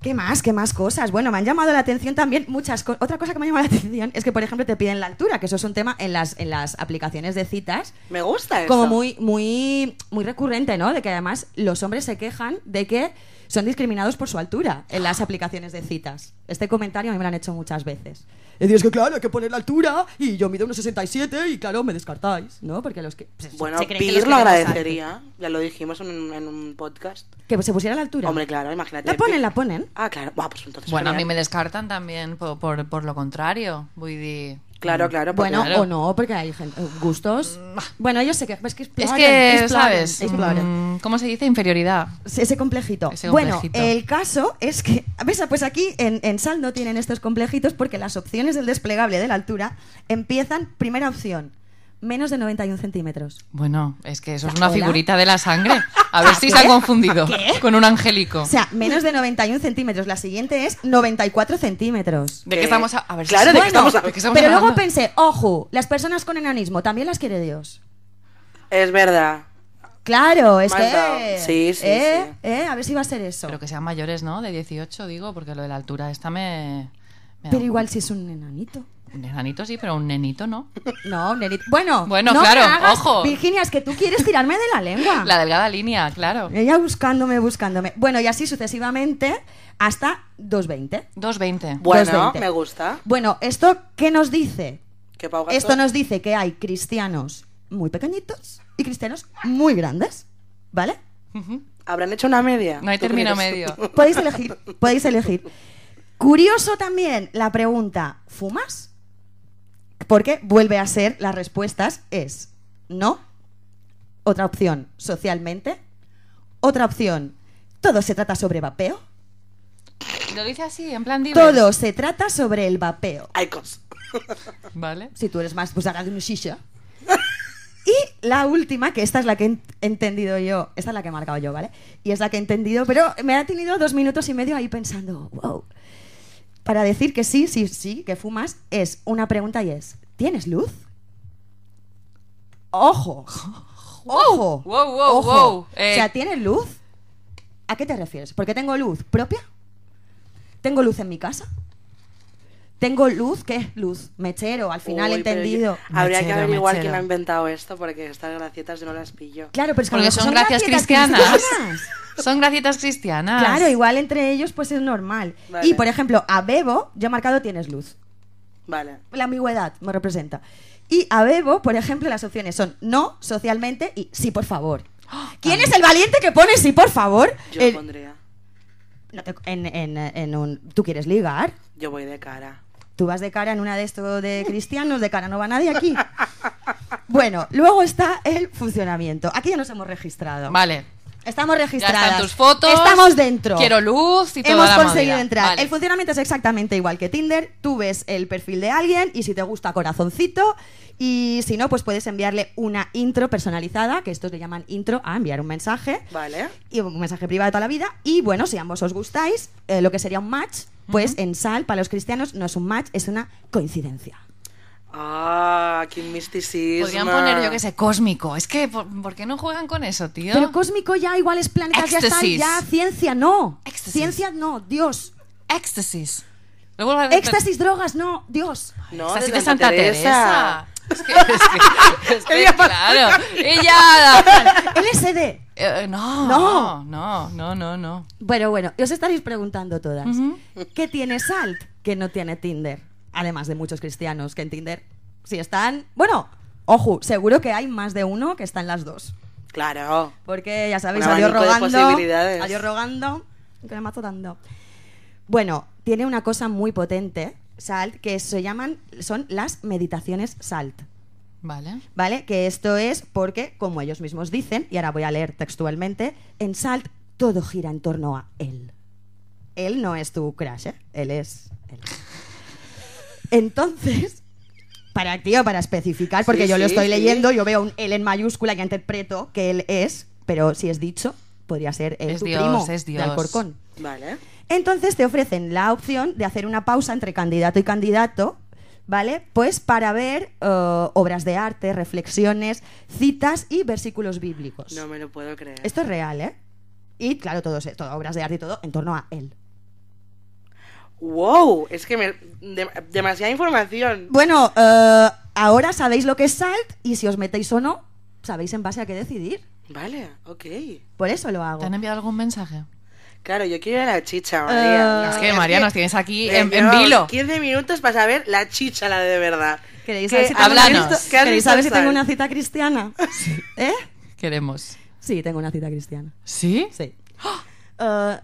Speaker 2: ¿Qué más? ¿Qué más cosas? Bueno, me han llamado la atención también muchas cosas. Otra cosa que me ha llamado la atención es que, por ejemplo, te piden la altura, que eso es un tema en las, en las aplicaciones de citas
Speaker 4: Me gusta eso.
Speaker 2: como muy, muy, muy recurrente, ¿no? De que además los hombres se quejan de que son discriminados por su altura en las aplicaciones de citas. Este comentario a mí me lo han hecho muchas veces. Y digo, es que claro, hay que poner la altura y yo mido unos 67 y claro, me descartáis, ¿no? Porque los que... pues,
Speaker 4: Bueno,
Speaker 2: se creen que los
Speaker 4: Pir
Speaker 2: que
Speaker 4: lo
Speaker 2: tenemos
Speaker 4: agradecería. Ya lo dijimos en un, en un podcast.
Speaker 2: altura- Que se pusiera la altura.
Speaker 4: Hombre, claro, imagínate.
Speaker 2: La ponen, la ponen.
Speaker 4: Ah, claro. Buah, pues entonces.
Speaker 3: Bueno, a mí me
Speaker 4: genial.
Speaker 3: descartan también por, por, por lo contrario. Voy de...
Speaker 4: Claro, claro. porque-
Speaker 2: Mm. Bueno,
Speaker 3: claro.
Speaker 2: o no, porque hay gente- gustos. Bueno, ellos se quejan. Es que,
Speaker 3: Es
Speaker 2: exploran,
Speaker 3: que,
Speaker 2: exploran,
Speaker 3: ¿sabes?
Speaker 2: exploran.
Speaker 3: Mm, ¿Cómo se dice? Inferioridad.
Speaker 2: Ese complejito.
Speaker 3: Ese
Speaker 2: bueno,
Speaker 3: complejito.
Speaker 2: el caso es que, ¿ves? Pues aquí en, en Sal no tienen estos complejitos porque las opciones del desplegable de la altura empiezan, primera opción, menos de 91 centímetros.
Speaker 3: Bueno, es que eso es
Speaker 2: Hola.
Speaker 3: una figurita de la sangre. A ver si se han confundido con un angélico.
Speaker 2: O sea, menos de 91 centímetros. La siguiente es 94 centímetros.
Speaker 3: ¿De qué estamos a, a ver si-
Speaker 4: Claro, ¿de qué
Speaker 3: Bueno,
Speaker 4: estamos hablando?
Speaker 3: ¿de qué estamos
Speaker 2: Pero luego
Speaker 3: hablando?
Speaker 2: pensé, ojo, las personas con enanismo también las quiere Dios.
Speaker 4: Es verdad.
Speaker 2: Claro, es
Speaker 4: Mal dado.
Speaker 2: que...
Speaker 4: Sí, sí,
Speaker 2: ¿eh?
Speaker 4: sí.
Speaker 2: ¿eh? A ver si va a ser eso.
Speaker 3: Pero que sean mayores, ¿no? De 18, digo, porque lo de la altura esta me... me da
Speaker 2: Pero
Speaker 3: un-
Speaker 2: igual si es un enanito.
Speaker 3: Un enanito sí, pero un nenito no.
Speaker 2: No, nenito. Bueno,
Speaker 3: Bueno,
Speaker 2: no me
Speaker 3: claro,
Speaker 2: hagas-
Speaker 3: ojo.
Speaker 2: Virginia, es que tú quieres tirarme de la
Speaker 4: Ah.
Speaker 2: lengua.
Speaker 3: La delgada línea, claro.
Speaker 2: Ella buscándome, buscándome. Bueno, y así sucesivamente hasta 2.20.
Speaker 3: 2,20.
Speaker 4: Bueno,
Speaker 2: 2,20.
Speaker 4: me gusta.
Speaker 2: Bueno, ¿esto qué nos dice?
Speaker 4: Que Pau Gasol-
Speaker 2: Esto nos dice que hay cristianos muy pequeñitos y cristianos muy grandes, ¿vale?
Speaker 4: ¿Habrán hecho una media?
Speaker 3: No hay
Speaker 4: ¿Tú
Speaker 3: término
Speaker 4: crees?
Speaker 3: medio.
Speaker 2: Podéis elegir, podéis elegir. Curioso también la pregunta, ¿fumas? Porque vuelve a ser, las respuestas es no, otra opción socialmente, otra opción todo se trata sobre vapeo,
Speaker 3: Lo dice así, en plan diva.
Speaker 2: todo se trata sobre el vapeo.
Speaker 4: Icons.
Speaker 3: Vale.
Speaker 2: Si tú eres más, pues hagas un shisha. Y la última, que esta es la que he ent- entendido yo, esta es la que he marcado yo, ¿vale? Y es la que he entendido, pero me ha tenido dos minutos y medio ahí pensando, wow. Para decir que sí, sí, sí, que fumas, es una pregunta y es, ¿tienes luz? ¡Ojo! ¡Ojo!
Speaker 3: Wow, wow,
Speaker 2: ¡Ojo!
Speaker 3: wow.
Speaker 2: O
Speaker 3: Eh.
Speaker 2: sea, ¿tienes luz? ¿A qué te refieres? ¿Porque tengo luz propia? ¿Tengo luz en mi casa? ¿Tengo luz? ¿Qué es luz? Mechero, al final
Speaker 4: Uy, pero
Speaker 2: entendido.
Speaker 4: yo- habría
Speaker 3: Mechero,
Speaker 4: que averiguar
Speaker 3: mechero.
Speaker 4: quién ha inventado esto porque estas gracietas yo no las pillo.
Speaker 2: Claro, pero es que a
Speaker 3: Porque
Speaker 2: lo mejor
Speaker 3: son gracias
Speaker 2: gracietas
Speaker 3: cristianas. Ah.
Speaker 2: cristianas.
Speaker 3: Son gracietas cristianas.
Speaker 2: Claro, igual entre ellos pues es normal.
Speaker 4: Vale.
Speaker 2: Y por ejemplo, a Bebo, yo he marcado tienes luz.
Speaker 4: Vale.
Speaker 2: La ambigüedad me representa. Y a Bebo, por ejemplo, las opciones son no, socialmente y sí, por favor. ¿Quién es el valiente que pone sí, por favor?
Speaker 4: Yo
Speaker 2: El-
Speaker 4: pondría.
Speaker 2: no te- en, en- en un... ¿Tú quieres ligar?
Speaker 4: Yo voy de cara.
Speaker 2: Tú vas de cara en una de estos de cristianos, de cara no va nadie aquí. Bueno, luego está el funcionamiento. Aquí ya nos hemos registrado.
Speaker 3: Vale.
Speaker 2: Estamos
Speaker 3: Ya
Speaker 2: registradas.
Speaker 3: están tus fotos.
Speaker 2: Estamos dentro.
Speaker 3: Quiero luz y todo.
Speaker 2: Hemos conseguido entrar.
Speaker 3: Vale.
Speaker 2: El funcionamiento es exactamente igual que Tinder. Tú ves el perfil de alguien y si te gusta corazoncito y si no, pues puedes enviarle una intro personalizada, que estos le llaman intro, a enviar un mensaje
Speaker 4: Vale.
Speaker 2: y un mensaje privado de toda la vida. Y bueno, si ambos os gustáis, eh, lo que sería un match, pues en sal para los cristianos no es un match, es una coincidencia.
Speaker 4: Ah, qué misticismo.
Speaker 3: Podrían poner, yo que sé, cósmico. Es que, ¿por, por qué no juegan con eso, tío?
Speaker 2: Pero cósmico ya igual es planetas, ya está,
Speaker 3: Éxtasis.
Speaker 2: ya ciencia no.
Speaker 3: Éxtasis.
Speaker 2: Ciencia no, Dios.
Speaker 3: Éxtasis. Lo vuelvo a repetir.
Speaker 2: Éxtasis, drogas, no, Dios.
Speaker 4: No,
Speaker 3: Éxtasis de Santa Teresa. Es que, es que- es que,
Speaker 4: Ella
Speaker 3: claro. Ella.
Speaker 2: LSD.
Speaker 3: Eh, no,
Speaker 2: No.
Speaker 3: no, no, no, no, no.
Speaker 2: Bueno, bueno, y os estaréis preguntando todas,
Speaker 3: Ujú.
Speaker 2: ¿qué tiene Salt que no tiene Tinder? Además de muchos cristianos que en Tinder, si están, bueno, ojo, seguro que hay más de uno que está en las dos.
Speaker 4: Claro.
Speaker 2: Porque ya sabéis,
Speaker 4: Un
Speaker 2: adiós
Speaker 4: abanico de
Speaker 2: rogando,
Speaker 4: posibilidades.
Speaker 2: adiós rogando, que me mato dando. Bueno, tiene una cosa muy potente, Salt, que se llaman, son las meditaciones Salt.
Speaker 3: Vale.
Speaker 2: ¿vale? Que esto es porque, como ellos mismos dicen, y ahora voy a leer textualmente, en Salt todo gira en torno a él. Él no es tu crush, ¿eh? Él es él. Entonces, para tío, para especificar, porque
Speaker 4: Sí,
Speaker 2: yo lo
Speaker 4: sí,
Speaker 2: estoy
Speaker 4: sí.
Speaker 2: leyendo, yo veo un él en mayúscula que interpreto que él es, pero si es dicho, podría ser él
Speaker 3: Es
Speaker 2: tu
Speaker 3: Dios,
Speaker 2: primo
Speaker 3: es
Speaker 2: de
Speaker 3: Dios.
Speaker 2: Alcorcón.
Speaker 4: Vale.
Speaker 2: Entonces te ofrecen la opción de hacer una pausa entre candidato y candidato, ¿vale? Pues para ver eh, obras de arte, reflexiones, citas y versículos bíblicos.
Speaker 4: No me lo puedo creer.
Speaker 2: Esto es real, ¿eh? Y claro, todo, se- todo, obras de arte y todo en torno a él.
Speaker 4: Wow, es que me- de- demasiada información.
Speaker 2: Bueno, eh, ahora sabéis lo que es SALT y si os metéis o no, sabéis en base a qué decidir.
Speaker 4: Vale, ok.
Speaker 2: Por eso lo hago.
Speaker 3: ¿Te han enviado algún mensaje?
Speaker 4: Claro, yo quiero ir a la chicha, María.
Speaker 2: Ah, eh,
Speaker 3: es
Speaker 2: es
Speaker 3: que,
Speaker 2: que-
Speaker 3: María, nos tienes aquí en, en
Speaker 4: Señor,
Speaker 3: vilo.
Speaker 4: 15 minutos para saber la chicha, la de verdad.
Speaker 2: ¿Queréis
Speaker 4: ¿Qué
Speaker 2: saber si
Speaker 4: has
Speaker 2: tengo una-
Speaker 3: Háblanos.
Speaker 4: visto- qué has
Speaker 2: ¿Queréis
Speaker 4: visto
Speaker 2: saber
Speaker 4: en
Speaker 2: si tengo
Speaker 4: Sal?
Speaker 2: una cita cristiana? ¿Eh?
Speaker 3: Queremos.
Speaker 2: Sí, tengo una cita cristiana.
Speaker 3: ¿Sí?
Speaker 2: Sí. Eh,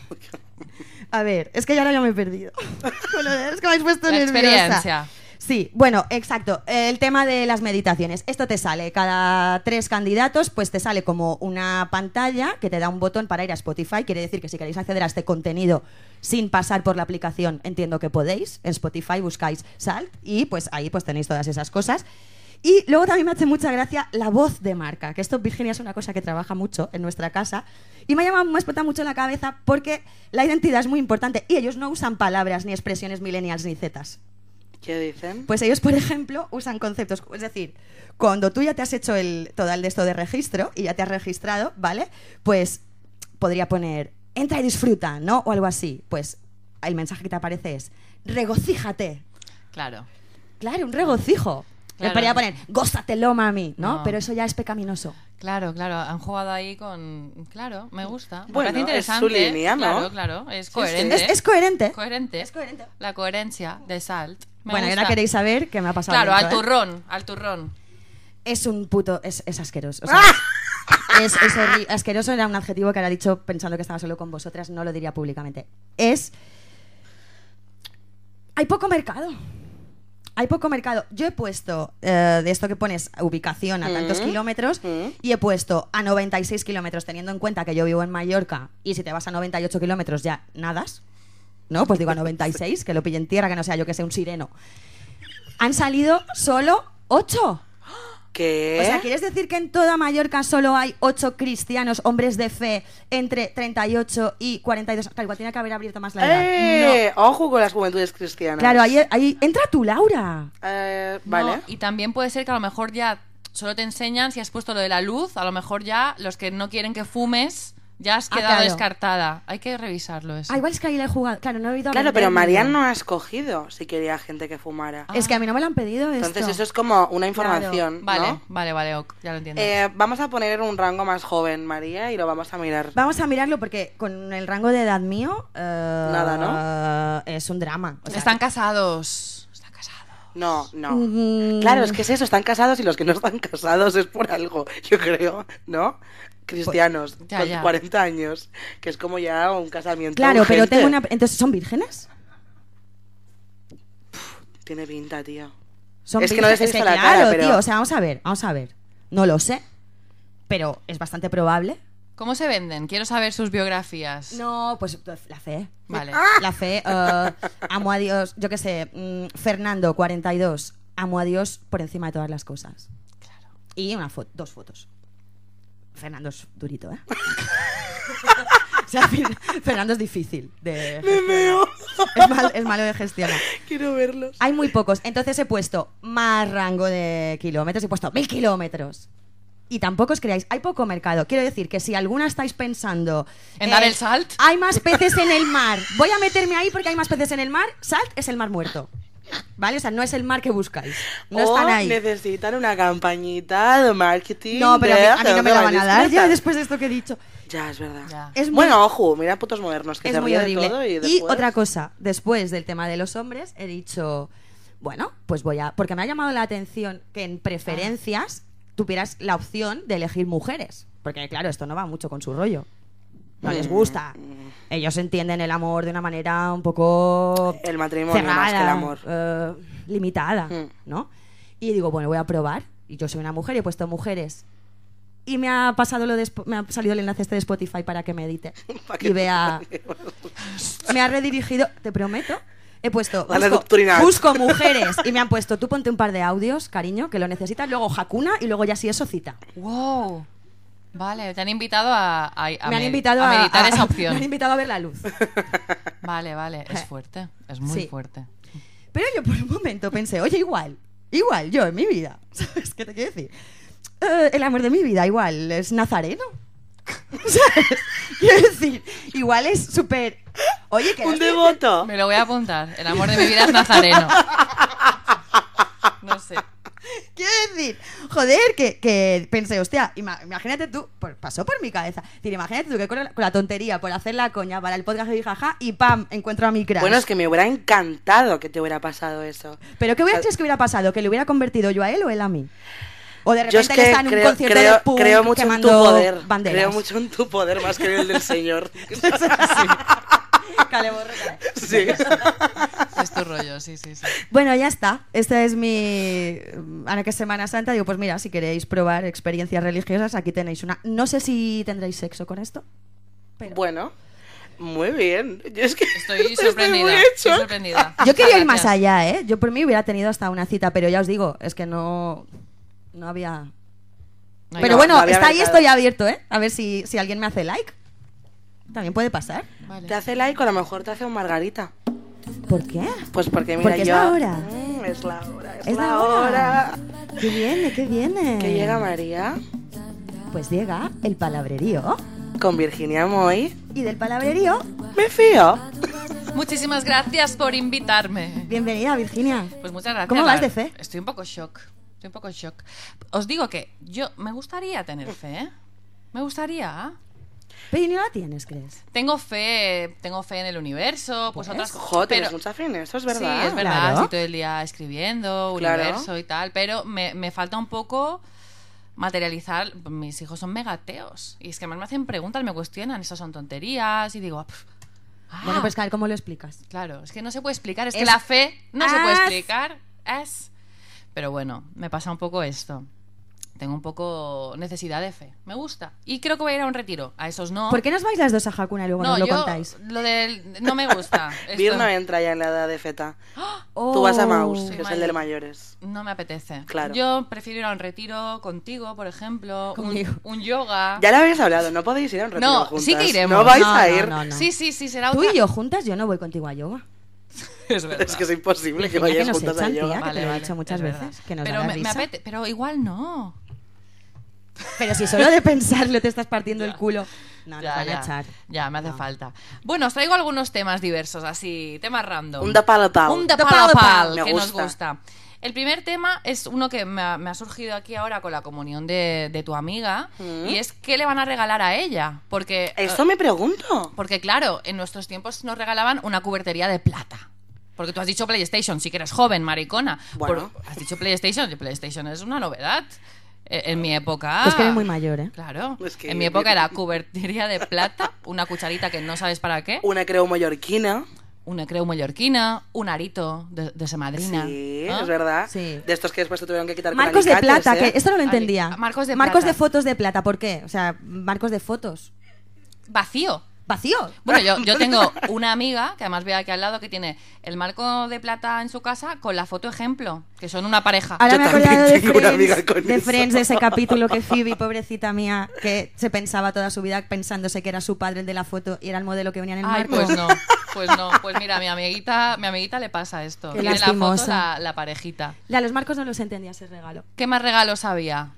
Speaker 2: a ver, es que ya ahora ya me he perdido. Con lo de- es que me habéis puesto
Speaker 3: La
Speaker 2: nerviosa.
Speaker 3: experiencia.
Speaker 2: Sí, bueno, exacto. El tema de las meditaciones. Esto te sale cada tres candidatos, pues te sale como una pantalla que te da un botón para ir a Spotify. Quiere decir que si queréis acceder a este contenido sin pasar por la aplicación, entiendo que podéis. En Spotify buscáis Salt y pues ahí pues tenéis todas esas cosas. Y luego también me hace mucha gracia la voz de marca, que esto Virginia es una cosa que trabaja mucho en nuestra casa y me ha llamado, me ha explotado mucho la cabeza porque la identidad es muy importante y ellos no usan palabras ni expresiones millennials ni zetas.
Speaker 4: ¿Qué dicen?
Speaker 2: Pues ellos, por ejemplo, usan conceptos. Es decir, cuando tú ya te has hecho el, todo el de esto de registro y ya te has registrado, ¿vale? Pues podría poner, entra y disfruta, ¿no? O algo así. Pues el mensaje que te aparece es, regocíjate.
Speaker 3: Claro.
Speaker 2: Claro, un regocijo. Le
Speaker 3: Claro.
Speaker 2: podría poner, gózatelo, mami, ¿no?
Speaker 3: No.
Speaker 2: Pero eso ya es pecaminoso.
Speaker 3: Claro, claro, han jugado ahí con... Claro, me gusta. Me
Speaker 4: Bueno,
Speaker 3: parece
Speaker 4: es su
Speaker 3: interesante.
Speaker 4: línea, ¿no?
Speaker 3: Claro, claro, es coherente. ¿eh?
Speaker 2: Es, es coherente.
Speaker 3: coherente.
Speaker 2: Es coherente.
Speaker 3: La coherencia de Salt. Me
Speaker 2: bueno, y ahora
Speaker 3: gusta.
Speaker 2: queréis saber qué me ha pasado.
Speaker 3: Claro, al
Speaker 2: dentro, ¿eh?
Speaker 3: turrón, al turrón.
Speaker 2: Es un puto. Es, es asqueroso. o sea,
Speaker 4: Ah.
Speaker 2: es, es horri- asqueroso era un adjetivo que ahora he dicho pensando que estaba solo con vosotras, no lo diría públicamente. Es. Hay poco mercado. hay poco mercado. Yo he puesto, eh, de esto que pones, ubicación a tantos
Speaker 4: Mm.
Speaker 2: kilómetros,
Speaker 4: Mm.
Speaker 2: y he puesto a 96 kilómetros, teniendo en cuenta que yo vivo en Mallorca, y si te vas a 98 kilómetros ya nadas, ¿no? Pues digo a 96, que lo pille en tierra, que no sea yo que sea un sireno. Han salido solo 8.
Speaker 4: ¿Qué?
Speaker 2: O sea, ¿quieres decir que en toda Mallorca solo hay 8 cristianos, hombres de fe, entre 38 y 42? Claro, igual tiene que haber abierto más la edad.
Speaker 4: ¡Eh! Ojo con las juventudes cristianas.
Speaker 2: Claro, ahí, ahí- entra tú, Laura.
Speaker 4: Eh,
Speaker 3: No,
Speaker 4: vale.
Speaker 3: y también puede ser que a lo mejor ya solo te enseñan si has puesto lo de la luz, a lo mejor ya los que no quieren que fumes ya has
Speaker 2: Ah,
Speaker 3: quedado
Speaker 2: claro.
Speaker 3: descartada. Hay que revisarlo eso.
Speaker 2: Ah, igual es que ahí la he jugado. Claro, no he oído
Speaker 4: Claro,
Speaker 2: vender
Speaker 4: pero
Speaker 2: ni
Speaker 4: Marian
Speaker 2: nada.
Speaker 4: no ha escogido si quería gente que fumara.
Speaker 2: Ah, Es que a mí no me lo han pedido
Speaker 4: Entonces
Speaker 2: esto.
Speaker 4: eso es como una información,
Speaker 3: Vale,
Speaker 4: ¿no?
Speaker 3: vale, vale, ok, ya lo entiendo.
Speaker 4: Eh, vamos a poner un rango más joven, María, y lo vamos a mirar.
Speaker 2: Vamos a mirarlo porque con el rango de edad mío... eh,
Speaker 4: Nada,
Speaker 2: Es un drama. O sea,
Speaker 3: Están casados. Están casados.
Speaker 4: No, no.
Speaker 2: Mm.
Speaker 4: Claro, es que es eso, están casados y los que no están casados es por algo, yo creo, ¿no? Cristianos,
Speaker 3: Ya,
Speaker 4: con
Speaker 3: ya.
Speaker 4: 40 años, que es como ya un casamiento.
Speaker 2: Claro, pero
Speaker 4: urgente.
Speaker 2: tengo una... Entonces, ¿son vírgenes?
Speaker 4: Tiene pinta, tío.
Speaker 2: Son
Speaker 4: Es que no les he
Speaker 2: vírgenes,
Speaker 4: visto la
Speaker 2: claro,
Speaker 4: cara, pero-
Speaker 2: tío. O sea, vamos a ver, vamos a ver. No lo sé, pero es bastante probable.
Speaker 3: ¿Cómo se venden? Quiero saber sus biografías.
Speaker 2: No, pues la fe.
Speaker 3: Vale.
Speaker 4: ¡Ah!
Speaker 2: La fe, eh, amo a Dios, yo qué sé, mm, Fernando, 42, amo a Dios por encima de todas las cosas. Y una foto, dos fotos. Fernando es durito, ¿eh? O sea, Fer- Fernando es difícil de gestionar. Es, mal- es malo de gestionar.
Speaker 4: Quiero verlos.
Speaker 2: Hay muy pocos. Entonces he puesto más rango de kilómetros. He puesto mil kilómetros. Y tampoco os creáis, hay poco mercado. Quiero decir que si alguna estáis pensando...
Speaker 3: ¿En dar el salt?
Speaker 2: Hay más peces en el mar. Voy a meterme ahí porque hay más peces en el mar. Salt es el mar muerto. ¿Vale? O sea, no es el mar que buscáis. No
Speaker 4: O
Speaker 3: Oh,
Speaker 2: están ahí.
Speaker 4: necesitan una campañita de marketing.
Speaker 2: No, pero a mí,
Speaker 4: de
Speaker 2: a mí no me la van a dar ya
Speaker 4: disfrutar.
Speaker 2: después de esto que he dicho.
Speaker 4: Ya, es verdad.
Speaker 3: Ya.
Speaker 2: Es muy-
Speaker 4: Bueno, ojo, mira putos modernos que se
Speaker 2: es muy
Speaker 4: ríen
Speaker 2: horrible.
Speaker 4: de todo y
Speaker 2: y,
Speaker 4: después-
Speaker 2: otra cosa, después del tema de los hombres, he dicho, bueno, pues voy a. Porque me ha llamado la atención que en preferencias
Speaker 4: Ah.
Speaker 2: tuvieras la opción de elegir mujeres. Porque, claro, esto no va mucho con su rollo. No
Speaker 4: Mm.
Speaker 2: les gusta. Ellos entienden el amor de una manera un poco.
Speaker 4: El matrimonio
Speaker 2: cerrada,
Speaker 4: más que el amor.
Speaker 2: eh, limitada,
Speaker 4: Mm.
Speaker 2: ¿no? Y digo, bueno, voy a probar. Y yo soy una mujer y he puesto mujeres. Y me ha pasado lo de Sp- me ha salido el enlace este de Spotify para que me edite
Speaker 4: Pa' que-
Speaker 2: y vea me ha redirigido, te prometo. He puesto
Speaker 4: Dale
Speaker 2: busco,
Speaker 4: doctrinal.
Speaker 2: busco mujeres y me han puesto tú ponte un par de audios, cariño, que lo necesitas, luego Hakuna y luego ya sí eso cita.
Speaker 3: Wow. Vale, te han invitado a, a- a
Speaker 2: me han
Speaker 3: med-
Speaker 2: invitado
Speaker 3: a
Speaker 2: a,
Speaker 3: meditar
Speaker 2: a-
Speaker 3: esa
Speaker 2: Me han
Speaker 3: opción.
Speaker 2: invitado a ver la luz.
Speaker 3: Vale, vale, es fuerte, es muy
Speaker 2: Sí.
Speaker 3: fuerte.
Speaker 2: Pero yo por un momento pensé, oye, igual, igual yo en mi vida, ¿sabes qué te quiero decir? Eh, el amor de mi vida igual es nazareno. ¿Sabes? Quiero decir, igual es súper... Oye, que...
Speaker 4: Un devoto.
Speaker 3: Me lo voy a apuntar. El amor de mi vida es nazareno. No sé.
Speaker 2: Quiero decir, joder, que, que pensé, hostia, ima- imagínate tú, por- pasó por mi cabeza. Es decir, imagínate tú que con la, con la tontería, por hacer la coña para el podcast de jaja y pam, encuentro a mi crush.
Speaker 4: Bueno, es que me hubiera encantado que te hubiera pasado eso.
Speaker 2: Pero ¿qué hubiera crees que hubiera pasado? ¿Que le hubiera convertido yo a él o él a mí? O de
Speaker 4: Yo es
Speaker 2: repente él
Speaker 4: que
Speaker 2: está en un
Speaker 4: creo,
Speaker 2: concierto
Speaker 4: creo-
Speaker 2: de punk
Speaker 4: creo mucho en tu
Speaker 2: quemando
Speaker 4: poder.
Speaker 2: banderas.
Speaker 4: Creo mucho en tu poder más que en el del señor.
Speaker 2: Cale, borre, cale.
Speaker 4: sí.
Speaker 3: Es tu rollo, sí, sí, sí.
Speaker 2: Bueno, ya está. Esta es mi. Ahora que es Semana Santa, digo, pues mira, si queréis probar experiencias religiosas, aquí tenéis una. No sé si tendréis sexo con esto. Pero...
Speaker 4: Bueno, muy bien. Yo es que
Speaker 3: Estoy
Speaker 4: muy
Speaker 3: sorprendida.
Speaker 4: en
Speaker 3: Estoy
Speaker 4: shock.
Speaker 3: sorprendida.
Speaker 2: Yo quería ir
Speaker 3: Gracias.
Speaker 2: más allá, ¿eh? Yo por mí hubiera tenido hasta una cita, pero ya os digo, es que no, no había...
Speaker 3: No,
Speaker 2: pero
Speaker 3: no.
Speaker 2: bueno,
Speaker 4: no había
Speaker 2: está ahí,
Speaker 4: mercado.
Speaker 2: estoy abierto, ¿eh? A ver si, si alguien me hace like. También puede pasar.
Speaker 3: Vale.
Speaker 4: Te hace like o a lo mejor te hace un margarita.
Speaker 2: ¿Por qué?
Speaker 4: Pues porque mira
Speaker 2: Porque es
Speaker 4: yo...
Speaker 2: la hora.
Speaker 4: Mm, es la hora, es,
Speaker 2: Es
Speaker 4: la,
Speaker 2: la
Speaker 4: hora.
Speaker 2: hora. Eh. ¿Qué viene? ¿Qué viene?
Speaker 4: Que llega María
Speaker 2: Pues llega el palabrerío.
Speaker 4: con Virginia Moy.
Speaker 2: Y del palabrerío,
Speaker 4: Me fío.
Speaker 3: Muchísimas gracias por invitarme.
Speaker 2: bienvenida Virginia.
Speaker 3: Pues muchas gracias.
Speaker 2: ¿Cómo vas
Speaker 3: la-
Speaker 2: de fe?
Speaker 3: Estoy un poco shock. Estoy un poco shock. Os digo que yo me gustaría tener fe. ¿eh? Me gustaría.
Speaker 2: Pero ¿y no la tienes, ¿crees?
Speaker 3: Tengo fe, tengo fe en el universo, pues, otras
Speaker 4: Jo,
Speaker 3: cosas.
Speaker 4: tienes mucha fe en eso, es verdad.
Speaker 3: Sí, es verdad,
Speaker 2: Claro.
Speaker 3: estoy todo el día escribiendo,
Speaker 4: Claro.
Speaker 3: universo y tal, pero me, me falta un poco materializar. Mis hijos son megateos y es que además me hacen preguntas, me cuestionan, esas son tonterías y digo, ah, pf, ah,
Speaker 2: Bueno, pues claro, ¿cómo lo explicas?
Speaker 3: claro, es que no se puede explicar, es, que
Speaker 2: Es-
Speaker 3: la fe no se puede
Speaker 2: Ah,
Speaker 3: explicar. es. Pero bueno, me pasa un poco esto. Tengo un poco necesidad de fe. Me gusta. Y creo que voy a ir a un retiro. A esos no.
Speaker 2: ¿Por qué nos vais las dos a Hakuna y luego
Speaker 3: no,
Speaker 2: nos lo
Speaker 3: yo,
Speaker 2: contáis?
Speaker 3: Lo del, no me gusta. Esto-
Speaker 4: Birna entra ya en la edad de feta. Tú
Speaker 2: Oh.
Speaker 4: vas a Maus,
Speaker 3: Sí,
Speaker 4: que es el
Speaker 3: madre.
Speaker 4: del mayores.
Speaker 3: No me apetece.
Speaker 4: Claro.
Speaker 3: Yo prefiero ir a un retiro contigo, por ejemplo. un-
Speaker 2: Conmigo.
Speaker 3: Un, yoga.
Speaker 4: Ya lo habéis hablado, no podéis ir a un retiro
Speaker 3: No,
Speaker 4: juntas.
Speaker 3: sí que iremos.
Speaker 4: No vais
Speaker 2: No,
Speaker 4: a
Speaker 2: no,
Speaker 4: ir.
Speaker 2: no, no.
Speaker 3: Sí, sí, sí, será
Speaker 2: Tú
Speaker 3: otra.
Speaker 2: y yo juntas, yo no voy contigo a yoga.
Speaker 3: Es verdad.
Speaker 4: Es que es imposible
Speaker 2: Virginia, que
Speaker 4: que vayáis
Speaker 2: nos
Speaker 4: juntas a
Speaker 2: echan,
Speaker 4: yoga.
Speaker 2: tía. Ya que te lo he dicho muchas
Speaker 3: es
Speaker 2: veces,
Speaker 3: verdad.
Speaker 2: que nos
Speaker 3: pero
Speaker 2: da
Speaker 3: me- me
Speaker 2: risa.
Speaker 3: apete- pero igual no.
Speaker 2: Pero si solo de pensarlo te estás partiendo el culo. No, nos van a echar.
Speaker 3: ya, me hace falta. Bueno, os traigo algunos temas diversos, así, temas random.
Speaker 4: Un da palo palo.
Speaker 3: Un da
Speaker 2: Da
Speaker 3: palo
Speaker 2: ¿eh? palo
Speaker 3: pal,
Speaker 4: pal.
Speaker 3: que
Speaker 4: Me
Speaker 3: nos
Speaker 4: gusta.
Speaker 3: gusta. El primer tema es uno que me ha, me ha surgido aquí ahora con la comunión de, de tu amiga, y es qué le van a regalar a ella. Porque, eh,
Speaker 4: Mm. Eso me pregunto.
Speaker 3: porque claro, en nuestros tiempos nos regalaban una cubertería de plata. Porque tú has dicho PlayStation, sí que eres joven, maricona.
Speaker 4: Bueno.
Speaker 3: Por- has dicho PlayStation, y PlayStation es una novedad. Eh, En mi época.
Speaker 2: Es que eres muy mayor, ¿eh?
Speaker 3: Claro.
Speaker 4: Es que-
Speaker 3: en mi época era cubertería de plata, una cucharita que no sabes para qué,
Speaker 4: Una creo mallorquina.
Speaker 3: una creu mallorquina, un arito de, de semadrina.
Speaker 4: Sí,
Speaker 3: ¿Ah?
Speaker 4: es verdad.
Speaker 2: Sí.
Speaker 4: De estos que después te tuvieron que quitar con
Speaker 2: Marcos de
Speaker 4: alicates,
Speaker 2: plata,
Speaker 4: ¿eh?
Speaker 2: que esto no lo
Speaker 3: Ali-
Speaker 2: entendía.
Speaker 3: marcos de plata.
Speaker 2: fotos de plata, ¿por qué? O sea, marcos de fotos.
Speaker 3: Vacío.
Speaker 2: Vacío.
Speaker 3: Bueno, yo, yo tengo una amiga, que además veo aquí al lado, que tiene el marco de plata en su casa con la foto ejemplo, que son una pareja.
Speaker 2: Ahora
Speaker 4: Yo
Speaker 2: me he
Speaker 4: también
Speaker 2: acordado de
Speaker 4: tengo una amiga con
Speaker 2: Friends, de
Speaker 4: eso.
Speaker 2: Friends, de ese capítulo que Phoebe, pobrecita mía, que se pensaba toda su vida pensándose que era su padre el de la foto y era el modelo que venía en el
Speaker 3: Ay,
Speaker 2: marco.
Speaker 3: pues no, pues no. Pues mira, mi amiguita, mi amiguita le pasa esto.
Speaker 2: Qué
Speaker 3: Tiene la foto
Speaker 2: lastimosa.
Speaker 3: la, la parejita.
Speaker 2: Ya, los marcos no los entendía ese regalo.
Speaker 3: ¿Qué más regalos había?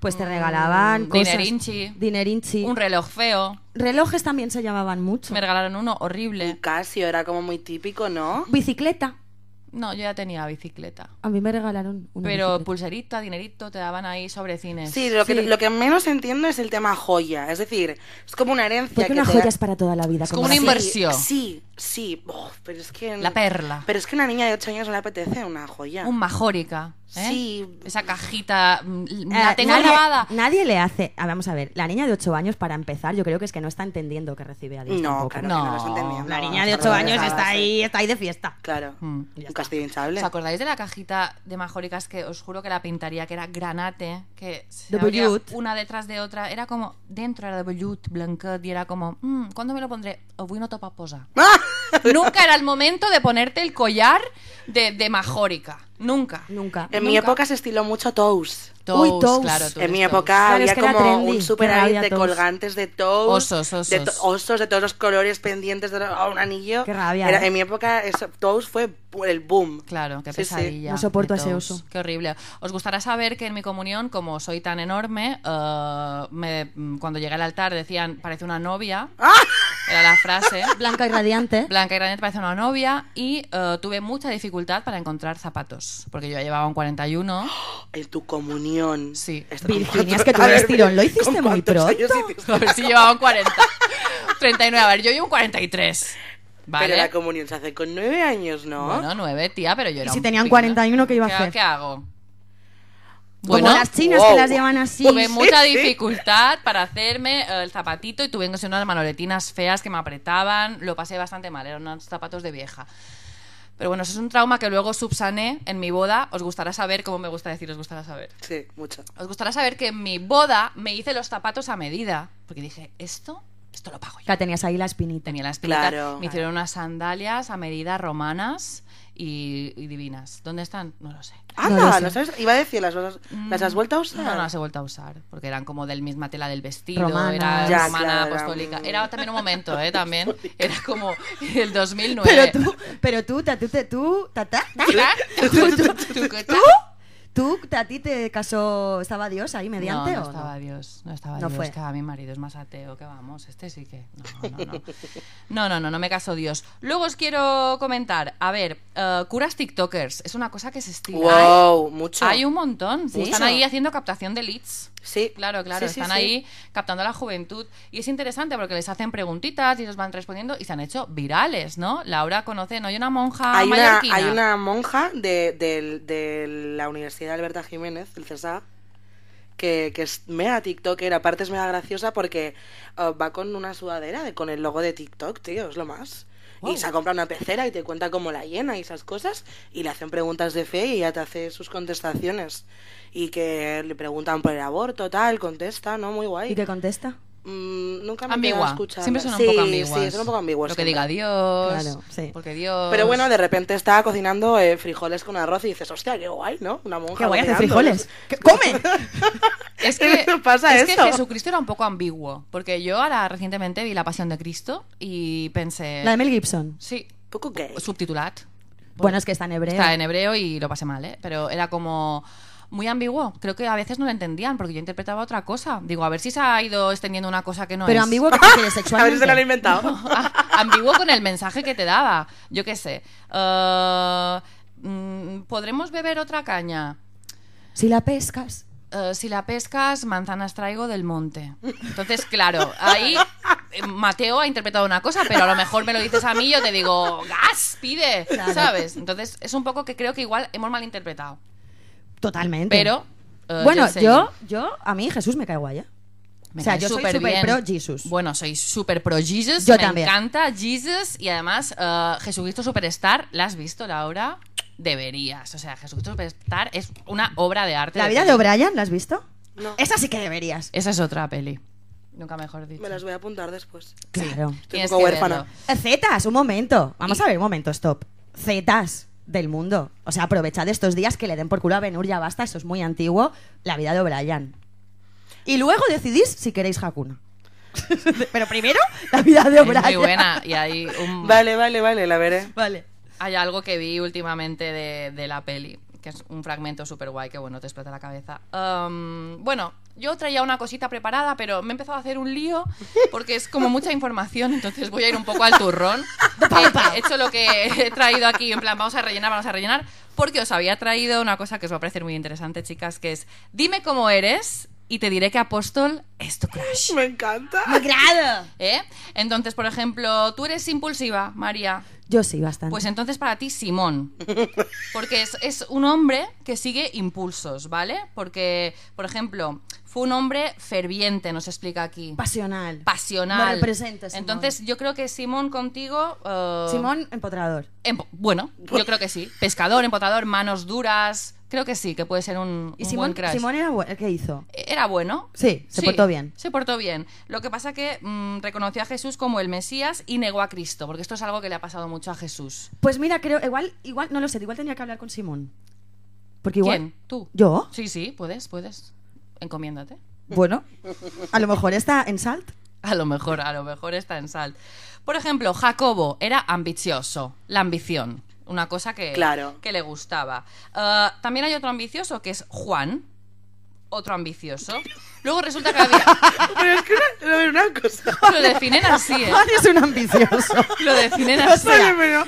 Speaker 2: Pues te regalaban
Speaker 3: Mm,
Speaker 2: cosas.
Speaker 3: dinerinchi.
Speaker 2: Dinerinchi.
Speaker 3: Un reloj feo.
Speaker 2: Relojes también se llamaban mucho.
Speaker 3: Me regalaron uno horrible.
Speaker 4: Un Casio era como muy típico, ¿no?
Speaker 2: Bicicleta.
Speaker 3: No, yo ya tenía bicicleta.
Speaker 2: A mí me regalaron una
Speaker 3: Pero pues,
Speaker 2: bicicleta.
Speaker 3: pulserita, dinerito, te daban ahí sobre cines.
Speaker 4: Sí, lo que,
Speaker 2: Sí.
Speaker 4: lo que menos entiendo es el tema joya. Es decir, es como una herencia
Speaker 2: Porque
Speaker 4: que
Speaker 2: una
Speaker 4: te
Speaker 2: joya
Speaker 4: da-
Speaker 2: es para toda la vida.
Speaker 3: Es como una
Speaker 2: la-
Speaker 3: inversión. inversión.
Speaker 4: Sí, sí. Uf, pero es que...
Speaker 3: La perla.
Speaker 4: Pero es que una niña de 8 años no le apetece una joya.
Speaker 3: Un majórica. ¿eh?
Speaker 4: Sí.
Speaker 3: Esa cajita. mm,
Speaker 2: Eh,
Speaker 3: La tengo
Speaker 2: nadie,
Speaker 3: grabada.
Speaker 2: Nadie le hace. ah, vamos a ver, la niña de 8 años, para empezar, yo creo que es que no está entendiendo que recibe a Dios.
Speaker 4: No,
Speaker 2: tampoco.
Speaker 4: claro,
Speaker 3: No.
Speaker 4: que no lo has entendido.
Speaker 2: La
Speaker 4: No,
Speaker 2: niña de
Speaker 4: está
Speaker 2: 8 años
Speaker 4: retrasada,
Speaker 2: está
Speaker 4: sí.
Speaker 2: ahí, está ahí de fiesta.
Speaker 4: Claro.
Speaker 3: Mm.
Speaker 4: Un castillo hinchable.
Speaker 3: ¿Os acordáis de la cajita de majóricas que os juro que la pintaría, que era granate, que se
Speaker 2: De
Speaker 3: abría
Speaker 2: vellut.
Speaker 3: una detrás de otra? Era como, dentro era de vellut, blanquet, y era como, mm, ¿cuándo me lo pondré? Avui no topa posa. Nunca era el momento de ponerte el collar de, de majórica. Nunca.
Speaker 2: Nunca.
Speaker 4: En mi
Speaker 3: Nunca.
Speaker 4: época se estiló mucho Toast.
Speaker 2: Uy, Tous.
Speaker 3: claro, tú
Speaker 4: En mi
Speaker 3: eres Tous.
Speaker 4: época
Speaker 2: Claro, es
Speaker 4: había
Speaker 2: que era
Speaker 4: como
Speaker 2: trendy,
Speaker 4: un super
Speaker 2: que ahora
Speaker 4: de
Speaker 2: había toast.
Speaker 4: colgantes de toast,
Speaker 3: Osos, osos.
Speaker 4: De to- osos de todos los colores, pendientes de a un anillo.
Speaker 2: Qué rabia,
Speaker 4: Era-
Speaker 2: ¿eh?
Speaker 4: En mi época eso, toast fue pu- el boom.
Speaker 3: Claro, qué
Speaker 4: Sí, sí.
Speaker 3: pesadilla.
Speaker 2: No soporto a
Speaker 3: de
Speaker 2: ese
Speaker 3: todos.
Speaker 2: oso.
Speaker 3: Qué horrible. Os gustará saber que en mi comunión, como soy tan enorme, eh, me- mm, cuando llegué al altar decían, parece una novia.
Speaker 2: ¡Ah!
Speaker 3: Era la frase.
Speaker 2: Blanca y radiante.
Speaker 3: Blanca y Granete parece una novia y eh, tuve mucha dificultad para encontrar zapatos, porque yo ya llevaba un 41.
Speaker 4: En tu comunión.
Speaker 3: Sí.
Speaker 4: Esto-
Speaker 2: Virginia, es que tu
Speaker 4: A ver,
Speaker 2: vestirón lo
Speaker 4: ¿con
Speaker 2: hiciste muy
Speaker 4: cuántos
Speaker 2: pronto.
Speaker 4: años hiciste?
Speaker 3: A ver si llevaba un 40. 39, a ver, yo llevo un 43. ¿Vale?
Speaker 4: Pero la comunión se hace con nueve años, ¿no?
Speaker 3: Bueno, 9, tía, pero yo era
Speaker 2: si
Speaker 3: un
Speaker 2: tenían
Speaker 3: pibe.
Speaker 2: 41, ¿qué iba a hacer?
Speaker 3: ¿Qué hago?
Speaker 2: Como las chinas
Speaker 4: Wow.
Speaker 2: que las llevan así.
Speaker 3: Tuve mucha
Speaker 4: Pues sí.
Speaker 3: dificultad para hacerme eh, el zapatito y tuve que usar unas manoletinas feas que me apretaban. Lo pasé bastante mal, eran unos zapatos de vieja. Pero bueno, eso es un trauma que luego subsané en mi boda. Os gustará saber, como me gusta decir, os gustará saber.
Speaker 4: Sí, mucho.
Speaker 3: Os gustará saber que en mi boda me hice los zapatos a medida. Porque dije, esto, esto lo pago yo.
Speaker 2: Ya tenías ahí la espinita.
Speaker 3: Tenía las pinitas,
Speaker 4: Claro.
Speaker 3: me hicieron unas sandalias a medida romanas y, y divinas. ¿Dónde están? No lo sé.
Speaker 2: No lo
Speaker 4: Anda,
Speaker 2: sé. Mm.
Speaker 4: no sabes, iba a decir, ¿las, las, las has vuelto a usar?
Speaker 3: Mm. No, no las he vuelto a usar, porque eran como del misma tela del vestido,
Speaker 2: Romanas.
Speaker 3: era
Speaker 4: Ya,
Speaker 3: romana
Speaker 4: claro, era
Speaker 3: apostólica.
Speaker 4: un-
Speaker 3: Era también un momento, ¿eh? También. Era como el 2009.
Speaker 2: Pero tú, pero tú, ta- tú, te- tú, ta- ta- ta-
Speaker 3: ¿Tú? ¿Tú? ¿Tú?
Speaker 2: tú, tú, a ti te casó, estaba Dios ahí mediante
Speaker 3: no,
Speaker 2: o
Speaker 3: no estaba Dios, no estaba
Speaker 2: No
Speaker 3: Dios.
Speaker 2: fue.
Speaker 3: que a mi marido es más ateo que vamos, este sí que. No, no, no. No, no, no, no me casó Dios. Luego os quiero comentar, a ver, eh, curas TikTokers, es una cosa que se estila.
Speaker 4: Wow, mucho.
Speaker 3: Hay un montón.
Speaker 4: ¿Sí?
Speaker 3: Están ahí haciendo captación de leads.
Speaker 4: Sí.
Speaker 3: Claro, claro,
Speaker 4: Sí, sí,
Speaker 3: están
Speaker 4: sí.
Speaker 3: ahí captando a la juventud. Y es interesante porque les hacen preguntitas y ellos van respondiendo y se han hecho virales, ¿no? Laura conoce, ¿no? Hay una monja
Speaker 4: Hay una,
Speaker 3: Ah, mallorquina.
Speaker 4: hay una monja de, del- de la Universidad Alberta Jiménez, el CESA, que, que es mega TikToker, aparte eh, es mega graciosa porque uh, va con una sudadera de- con el logo de TikTok, tío, es lo más. Y se ha comprado una pecera y te cuenta cómo la llena y esas cosas. Y le hacen preguntas de fe y ella te hace sus contestaciones. Y que le preguntan por el aborto, tal, contesta, ¿no? Muy guay.
Speaker 2: ¿Y qué contesta?
Speaker 4: Mm, nunca me he
Speaker 3: Ambigua.
Speaker 4: escuchado.
Speaker 3: Siempre son
Speaker 4: Sí,
Speaker 3: un poco ambiguas.
Speaker 4: Sí, son un poco ambiguas.
Speaker 3: Lo que
Speaker 4: siempre.
Speaker 3: diga Dios.
Speaker 2: Claro, sí.
Speaker 3: Porque Dios.
Speaker 4: Pero bueno, de repente está cocinando eh, frijoles con arroz y dices, hostia, qué guay, ¿no? Una monja.
Speaker 2: Que voy a hacer
Speaker 4: cocinando".
Speaker 2: frijoles. ¿Qué- ¡Come!
Speaker 3: Es que,
Speaker 4: pasa
Speaker 3: es que
Speaker 4: eso.
Speaker 3: Jesucristo era un poco ambiguo. Porque yo ahora recientemente vi La Pasión de Cristo y pensé.
Speaker 2: La de Mel Gibson.
Speaker 3: Sí,
Speaker 4: Poco gay.
Speaker 3: Pues subtitulat.
Speaker 2: Bueno, es que está en hebreo.
Speaker 3: Está en hebreo y lo pasé mal, ¿eh? Pero era como muy ambiguo. Creo que a veces no lo entendían porque yo interpretaba otra cosa. Digo, a ver si se ha ido extendiendo una cosa que no
Speaker 2: Pero
Speaker 3: es.
Speaker 2: ambiguo que te
Speaker 4: A ver si
Speaker 2: sexualmente.
Speaker 4: se lo han inventado.
Speaker 3: Ah, ambiguo con el mensaje que te daba. Yo qué sé. Eh, mm, ¿Podremos beber otra caña?
Speaker 2: Si la pescas.
Speaker 3: Eh, si la pescas, manzanas traigo del monte. Entonces, claro, ahí eh, Mateo ha interpretado una cosa, pero a lo mejor me lo dices a mí y yo te digo, gas, pide, ¿sabes? Entonces, es un poco que creo que igual hemos malinterpretado.
Speaker 2: Totalmente.
Speaker 3: Pero... eh,
Speaker 2: bueno,
Speaker 3: sé-
Speaker 2: yo, yo, a mí Jesús me cae guay, ¿eh?
Speaker 3: me
Speaker 2: o sea,
Speaker 3: cae
Speaker 2: yo soy
Speaker 3: súper
Speaker 2: súper
Speaker 3: bien.
Speaker 2: pro Jesus.
Speaker 3: Bueno, soy súper pro Jesus.
Speaker 2: Yo
Speaker 3: me
Speaker 2: también.
Speaker 3: encanta Jesus. Y además, eh, Jesucristo Superstar, ¿la has visto, Laura? Deberías. O sea, Jesucristo Superstar es una obra de arte.
Speaker 2: La vida de
Speaker 3: obra
Speaker 2: O'Brien, ¿la has visto?
Speaker 4: No.
Speaker 2: Esa sí que deberías.
Speaker 3: Esa es otra peli. Nunca mejor dicho.
Speaker 4: Me las voy a apuntar después.
Speaker 2: Claro.
Speaker 4: Estoy
Speaker 3: Tienes
Speaker 4: un poco
Speaker 3: que
Speaker 4: huérfana.
Speaker 3: verlo.
Speaker 2: Eh, Zetas, un momento. Vamos a ver, un momento, stop. Zetas del mundo. O sea, aprovechad estos días que le den por culo a Benur, ya basta, eso es muy antiguo, la vida de O'Brien. Y luego decidís si queréis Hakuna. Pero primero, la vida de
Speaker 3: Es
Speaker 2: O'Brien.
Speaker 3: muy buena. Y hay un-
Speaker 4: Vale, vale, vale, la veré.
Speaker 2: Vale.
Speaker 3: Hay algo que vi últimamente de, de la peli, que es un fragmento súper guay que, bueno, te explota la cabeza. Am, bueno, yo traía una cosita preparada, pero me he empezado a hacer un lío porque es como mucha información, entonces voy a ir un poco al turrón. Eh, He, he hecho lo que he traído aquí, en plan, vamos a rellenar, vamos a rellenar, porque os había traído una cosa que os va a parecer muy interesante, chicas, que es, dime cómo eres y te diré que apóstol es tu crush.
Speaker 4: Me encanta.
Speaker 2: grado!
Speaker 3: ¿Eh? Entonces, por ejemplo, tú eres impulsiva, María.
Speaker 2: Yo sí, bastante.
Speaker 3: Pues entonces para ti Simón. Porque es, es un hombre que sigue impulsos, ¿vale? Porque, por ejemplo, fue un hombre ferviente, nos explica aquí.
Speaker 2: Pasional.
Speaker 3: Pasional.
Speaker 2: Me representa, Simón.
Speaker 3: Entonces yo creo que Simón contigo... eh,
Speaker 2: Simón Empotrador.
Speaker 3: empo- bueno, yo creo que sí. Pescador, empotador, manos duras. Creo que sí, que puede ser un,
Speaker 2: ¿Y
Speaker 3: un
Speaker 2: Simón,
Speaker 3: buen crush.
Speaker 2: Simón era bu- qué hizo?
Speaker 3: Era bueno.
Speaker 2: Sí, se portó bien.
Speaker 3: Se portó bien. Lo que pasa que mm, reconoció a Jesús como el Mesías y negó a Cristo, porque esto es algo que le ha pasado mucho a Jesús.
Speaker 2: Pues mira, creo, igual, igual, no lo sé, igual tenía que hablar con Simón. Porque igual.
Speaker 3: ¿Quién? ¿Tú?
Speaker 2: ¿Yo?
Speaker 3: Sí, sí, puedes, puedes. Encomiéndate.
Speaker 2: Bueno, a lo mejor está en Salt.
Speaker 3: A lo mejor, a lo mejor está en sal. Por ejemplo, Jacobo era ambicioso, la ambición, una cosa que,
Speaker 4: Claro.
Speaker 3: que le gustaba. Ah, también hay otro ambicioso que es Juan, otro ambicioso. Luego resulta que había...
Speaker 4: Pero es que una, a ver, una cosa.
Speaker 3: Lo definen así, ¿eh?
Speaker 2: Juan es un ambicioso.
Speaker 3: Lo definen así.
Speaker 4: Vale, pero-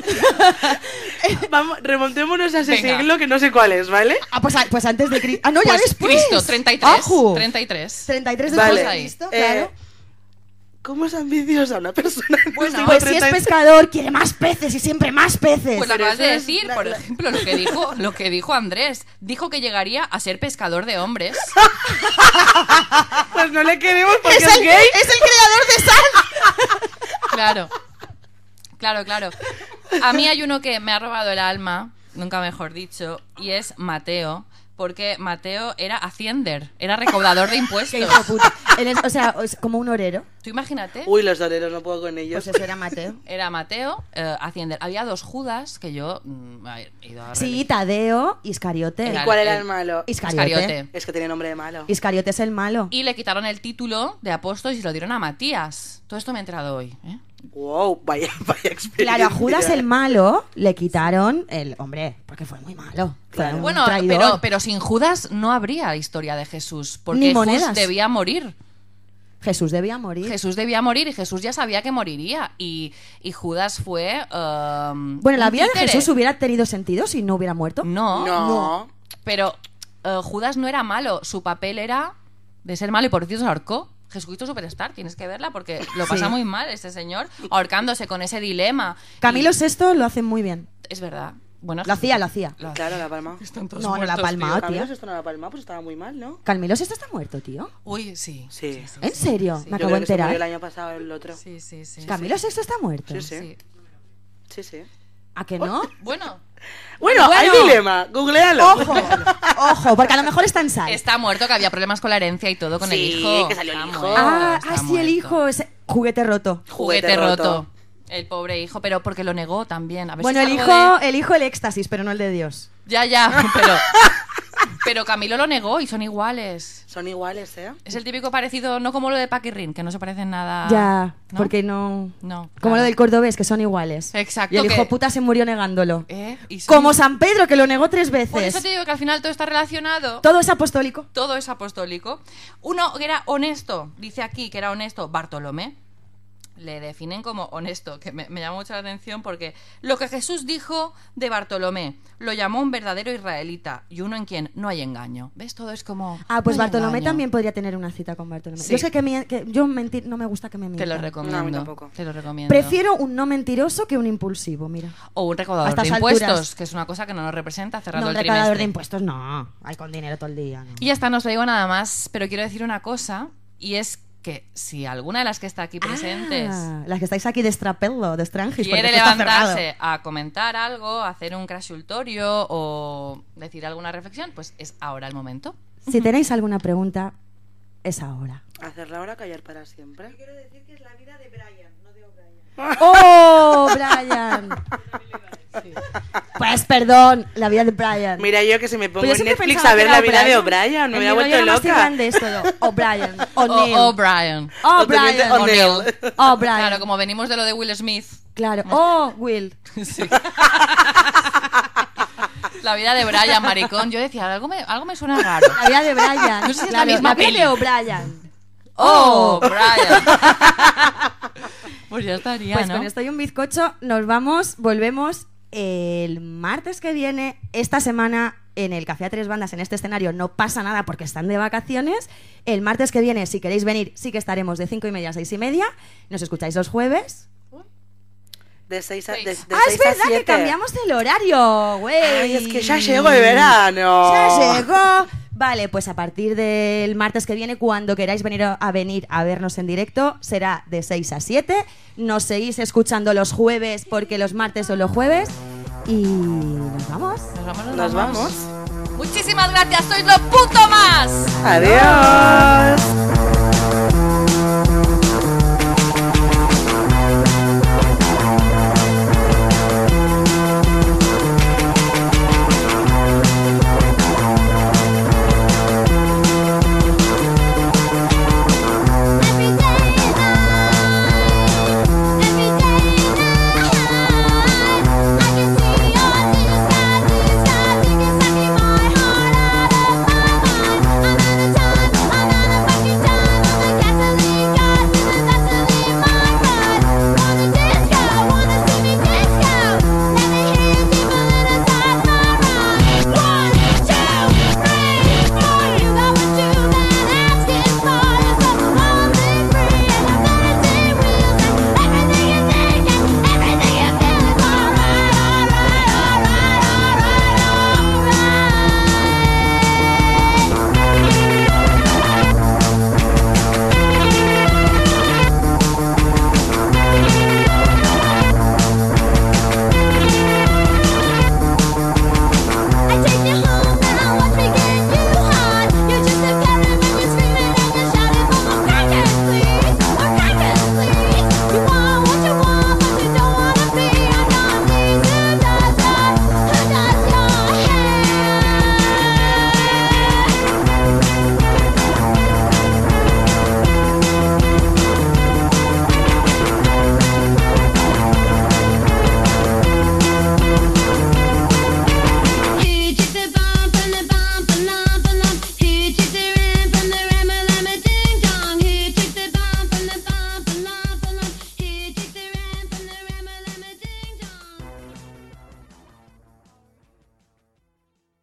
Speaker 4: Vamos, remontémonos a ese
Speaker 3: Venga.
Speaker 4: siglo que no sé cuál es, ¿vale?
Speaker 2: Ah, pues, a- pues antes de Cristo. Ah, no, ya
Speaker 3: Pues
Speaker 2: después.
Speaker 3: Cristo, 33.
Speaker 2: Ojo.
Speaker 3: 33.
Speaker 2: 33
Speaker 4: Vale.
Speaker 2: después de
Speaker 3: Ahí.
Speaker 2: Cristo,
Speaker 4: Eh,
Speaker 2: claro.
Speaker 4: ¿Cómo es ambiciosa una persona?
Speaker 3: Pues no,
Speaker 2: pues si es
Speaker 4: 30
Speaker 2: pescador, quiere más peces y siempre más peces.
Speaker 3: Pues lo
Speaker 4: Pero
Speaker 3: acabas de
Speaker 4: eso es
Speaker 3: decir,
Speaker 4: la-
Speaker 3: por
Speaker 4: la-
Speaker 3: ejemplo, lo que dijo, lo que dijo Andrés. Dijo que llegaría a ser pescador de hombres.
Speaker 4: Pues no le queremos porque
Speaker 2: ¿Es,
Speaker 4: es
Speaker 2: el,
Speaker 4: gay.
Speaker 2: es el creador de Salt.
Speaker 3: Claro. Claro, claro. A mí hay uno que me ha robado el alma, nunca mejor dicho, y es Mateo, porque Mateo era haciender, era recaudador de
Speaker 2: Qué
Speaker 3: impuestos.
Speaker 2: hijo de puta. Él es- o sea, es como un orero.
Speaker 3: Tú imagínate,
Speaker 4: Uy, los doleros, no puedo con ellos.
Speaker 2: Pues eso era Mateo.
Speaker 3: era Mateo, eh, haciender. Había dos Judas que yo mm, he ido a
Speaker 2: Sí,
Speaker 3: relig-
Speaker 2: Tadeo, Iscariote.
Speaker 4: ¿Y
Speaker 3: Era-
Speaker 4: cuál era
Speaker 3: el-
Speaker 4: el malo?
Speaker 2: Iscariote.
Speaker 3: Iscariote.
Speaker 4: Es que tiene nombre de malo.
Speaker 2: Iscariote es el malo.
Speaker 3: Y le quitaron el título de apóstol y se lo dieron a Matías. Todo esto me he enterado hoy. ¿eh?
Speaker 4: Wow, vaya, vaya experiencia.
Speaker 2: Claro, a Judas el malo le quitaron el. Hombre, porque fue muy malo. Fue un
Speaker 3: Bueno,
Speaker 2: traidor.
Speaker 3: pero, pero sin Judas no habría historia de Jesús, porque
Speaker 2: Ni
Speaker 3: Jesús
Speaker 2: monedas.
Speaker 3: debía morir.
Speaker 2: Jesús debía morir.
Speaker 3: Jesús debía morir y Jesús ya sabía que moriría. Y, y Judas fue. em,
Speaker 2: Bueno, la
Speaker 3: un
Speaker 2: vida de
Speaker 3: títere.
Speaker 2: Jesús hubiera tenido sentido si no hubiera muerto.
Speaker 3: No,
Speaker 4: No.
Speaker 3: pero eh, Judas no era malo. Su papel era de ser malo y por eso se ahorcó. Jesucristo Superstar, tienes que verla porque lo pasa
Speaker 2: Sí.
Speaker 3: muy mal este señor ahorcándose con ese dilema.
Speaker 2: Camilo
Speaker 3: Y-
Speaker 2: VI lo hace muy bien.
Speaker 3: es verdad. Bueno,
Speaker 2: Lo hacía, lo hacía.
Speaker 3: lo hacía.
Speaker 4: Claro, la palma.
Speaker 3: Están todos
Speaker 2: No, no la
Speaker 3: muertos,
Speaker 2: ha palmado.
Speaker 3: tío.
Speaker 4: Camilo esto no la palma, pues estaba muy mal, ¿no?
Speaker 2: Camilo VI está muerto, tío.
Speaker 3: Uy, sí.
Speaker 4: Sí.
Speaker 2: ¿En serio? Me
Speaker 4: Yo
Speaker 2: acabo de
Speaker 4: creo que se murió
Speaker 2: enterar.
Speaker 4: el año pasado el otro.
Speaker 3: Sí, sí, sí.
Speaker 2: Camilo VI está muerto.
Speaker 4: Sí, sí.
Speaker 3: Sí.
Speaker 4: Sí, sí.
Speaker 2: ¿A que no?
Speaker 3: Bueno,
Speaker 4: Bueno, hay
Speaker 2: Bueno.
Speaker 4: dilema. Googlealo.
Speaker 2: Ojo, ojo, porque a lo mejor está en sal.
Speaker 3: está muerto, que había problemas con la herencia y todo con el
Speaker 4: Sí,
Speaker 3: hijo.
Speaker 4: que salió el
Speaker 3: Está
Speaker 4: hijo.
Speaker 3: muerto,
Speaker 2: Ah,
Speaker 3: está
Speaker 2: ah, sí, el
Speaker 3: muerto.
Speaker 2: hijo, ese juguete roto.
Speaker 3: Juguete, roto. El pobre hijo, pero porque lo negó también. A ver si
Speaker 2: Bueno,
Speaker 3: es
Speaker 2: el
Speaker 3: algo
Speaker 2: hijo,
Speaker 3: de-
Speaker 2: el hijo el éxtasis, pero no el de Dios.
Speaker 3: Ya, ya, pero... Pero Camilo lo negó y son iguales.
Speaker 4: Son iguales, ¿eh?
Speaker 3: Es el típico parecido, no como lo de Paquirrin, que no se parecen nada...
Speaker 2: ya,
Speaker 3: Ah, ¿no?
Speaker 2: porque no.
Speaker 3: No,
Speaker 2: Como
Speaker 3: claro.
Speaker 2: lo del cordobés, que son iguales.
Speaker 3: Exacto,
Speaker 2: Y el
Speaker 3: que-
Speaker 2: hijo puta se murió negándolo.
Speaker 3: ¿Eh? Y son-
Speaker 2: Como San Pedro, que lo negó tres veces.
Speaker 3: Por eso te digo que al final todo está relacionado.
Speaker 2: Todo es apostólico.
Speaker 3: todo es apostólico. Uno que era honesto, dice aquí que era honesto, Bartolomé. Le definen como honesto, que me, me llama mucho la atención porque lo que Jesús dijo de Bartolomé lo llamó un verdadero israelita y uno en quien no hay engaño. ¿Ves? Todo es como.
Speaker 2: Ah, pues
Speaker 3: no hay
Speaker 2: Bartolomé
Speaker 3: engaño.
Speaker 2: también podría tener una cita con Bartolomé.
Speaker 3: Sí.
Speaker 2: Yo sé que, mi- que yo mentir no me gusta que me
Speaker 3: Te
Speaker 2: mientan.
Speaker 3: lo recomiendo.
Speaker 4: No, a mí tampoco.
Speaker 3: Te lo recomiendo.
Speaker 2: Prefiero un no mentiroso que un impulsivo, mira.
Speaker 3: O un recaudador
Speaker 2: a
Speaker 3: de
Speaker 2: estas
Speaker 3: impuestos,
Speaker 2: alturas.
Speaker 3: que es una cosa que no nos representa cerrando
Speaker 2: No, un
Speaker 3: el
Speaker 2: recaudador
Speaker 3: trimestre.
Speaker 2: de impuestos, no. Hay con dinero todo el día. no.
Speaker 3: Y ya está, no os lo digo nada más, pero quiero decir una cosa y es que si alguna de las que está aquí presentes.
Speaker 2: Ah, las que estáis aquí de Strapello, de Strangis, porque
Speaker 3: quiere
Speaker 2: esto está cerrado.
Speaker 3: levantarse a comentar algo, a hacer un crashultorio o decir alguna reflexión, pues es ahora el momento.
Speaker 2: Si tenéis alguna pregunta, es ahora.
Speaker 4: Hacerla ahora callar para siempre.
Speaker 2: ¡Oh, Brian! Pues perdón, la vida de Brian.
Speaker 4: Mira yo que si me
Speaker 2: Pero
Speaker 4: pongo
Speaker 2: yo
Speaker 4: en
Speaker 2: siempre
Speaker 4: Netflix
Speaker 2: pensaba
Speaker 4: a ver
Speaker 2: que
Speaker 4: la
Speaker 2: era
Speaker 4: vida de
Speaker 2: O'Brien.
Speaker 4: O'Brien, me
Speaker 2: El negro
Speaker 4: hubiera vuelto
Speaker 2: era más
Speaker 4: loca.
Speaker 2: grande es todo. O'Brien,
Speaker 3: Oh,
Speaker 2: Oh, O'Neill.
Speaker 3: O, Brian.
Speaker 2: O'Brien.
Speaker 3: Oh,
Speaker 4: Totalmente O'Neill.
Speaker 2: O'Brien.
Speaker 3: Claro, como venimos de lo de Will Smith.
Speaker 2: Oh, Claro. Oh, Will.
Speaker 3: La vida de Brian, maricón. Yo decía, algo me, algo me suena raro.
Speaker 2: La vida de Brian.
Speaker 3: No sé si es la
Speaker 2: Claro,
Speaker 3: misma
Speaker 2: vida
Speaker 3: peli.
Speaker 2: de O'Brien.
Speaker 3: ¡Oh, Brian! Pues ya estaría,
Speaker 2: Pues
Speaker 3: ¿no?
Speaker 2: con esto y un bizcocho nos vamos, volvemos el martes que viene, esta semana en el Café a Tres Bandas, en este escenario no pasa nada porque están de vacaciones. El martes que viene, si queréis venir, sí que estaremos de cinco y media a seis y media. Nos escucháis los jueves.
Speaker 4: De 6 a de, de
Speaker 3: Ah,
Speaker 2: ah, es
Speaker 4: seis a
Speaker 2: verdad que
Speaker 4: siete.
Speaker 2: cambiamos el horario, güey.
Speaker 4: Ay, es que ya llegó el verano.
Speaker 2: Ya llegó. Vale, pues a partir del martes que viene, cuando queráis venir a, a venir a vernos en directo, será de 6 a 7. Nos seguís escuchando los jueves porque los martes son los jueves. Y nos vamos.
Speaker 3: Nos vamos,
Speaker 4: Nos vamos.
Speaker 3: Muchísimas gracias, sois lo puto más.
Speaker 4: Adiós.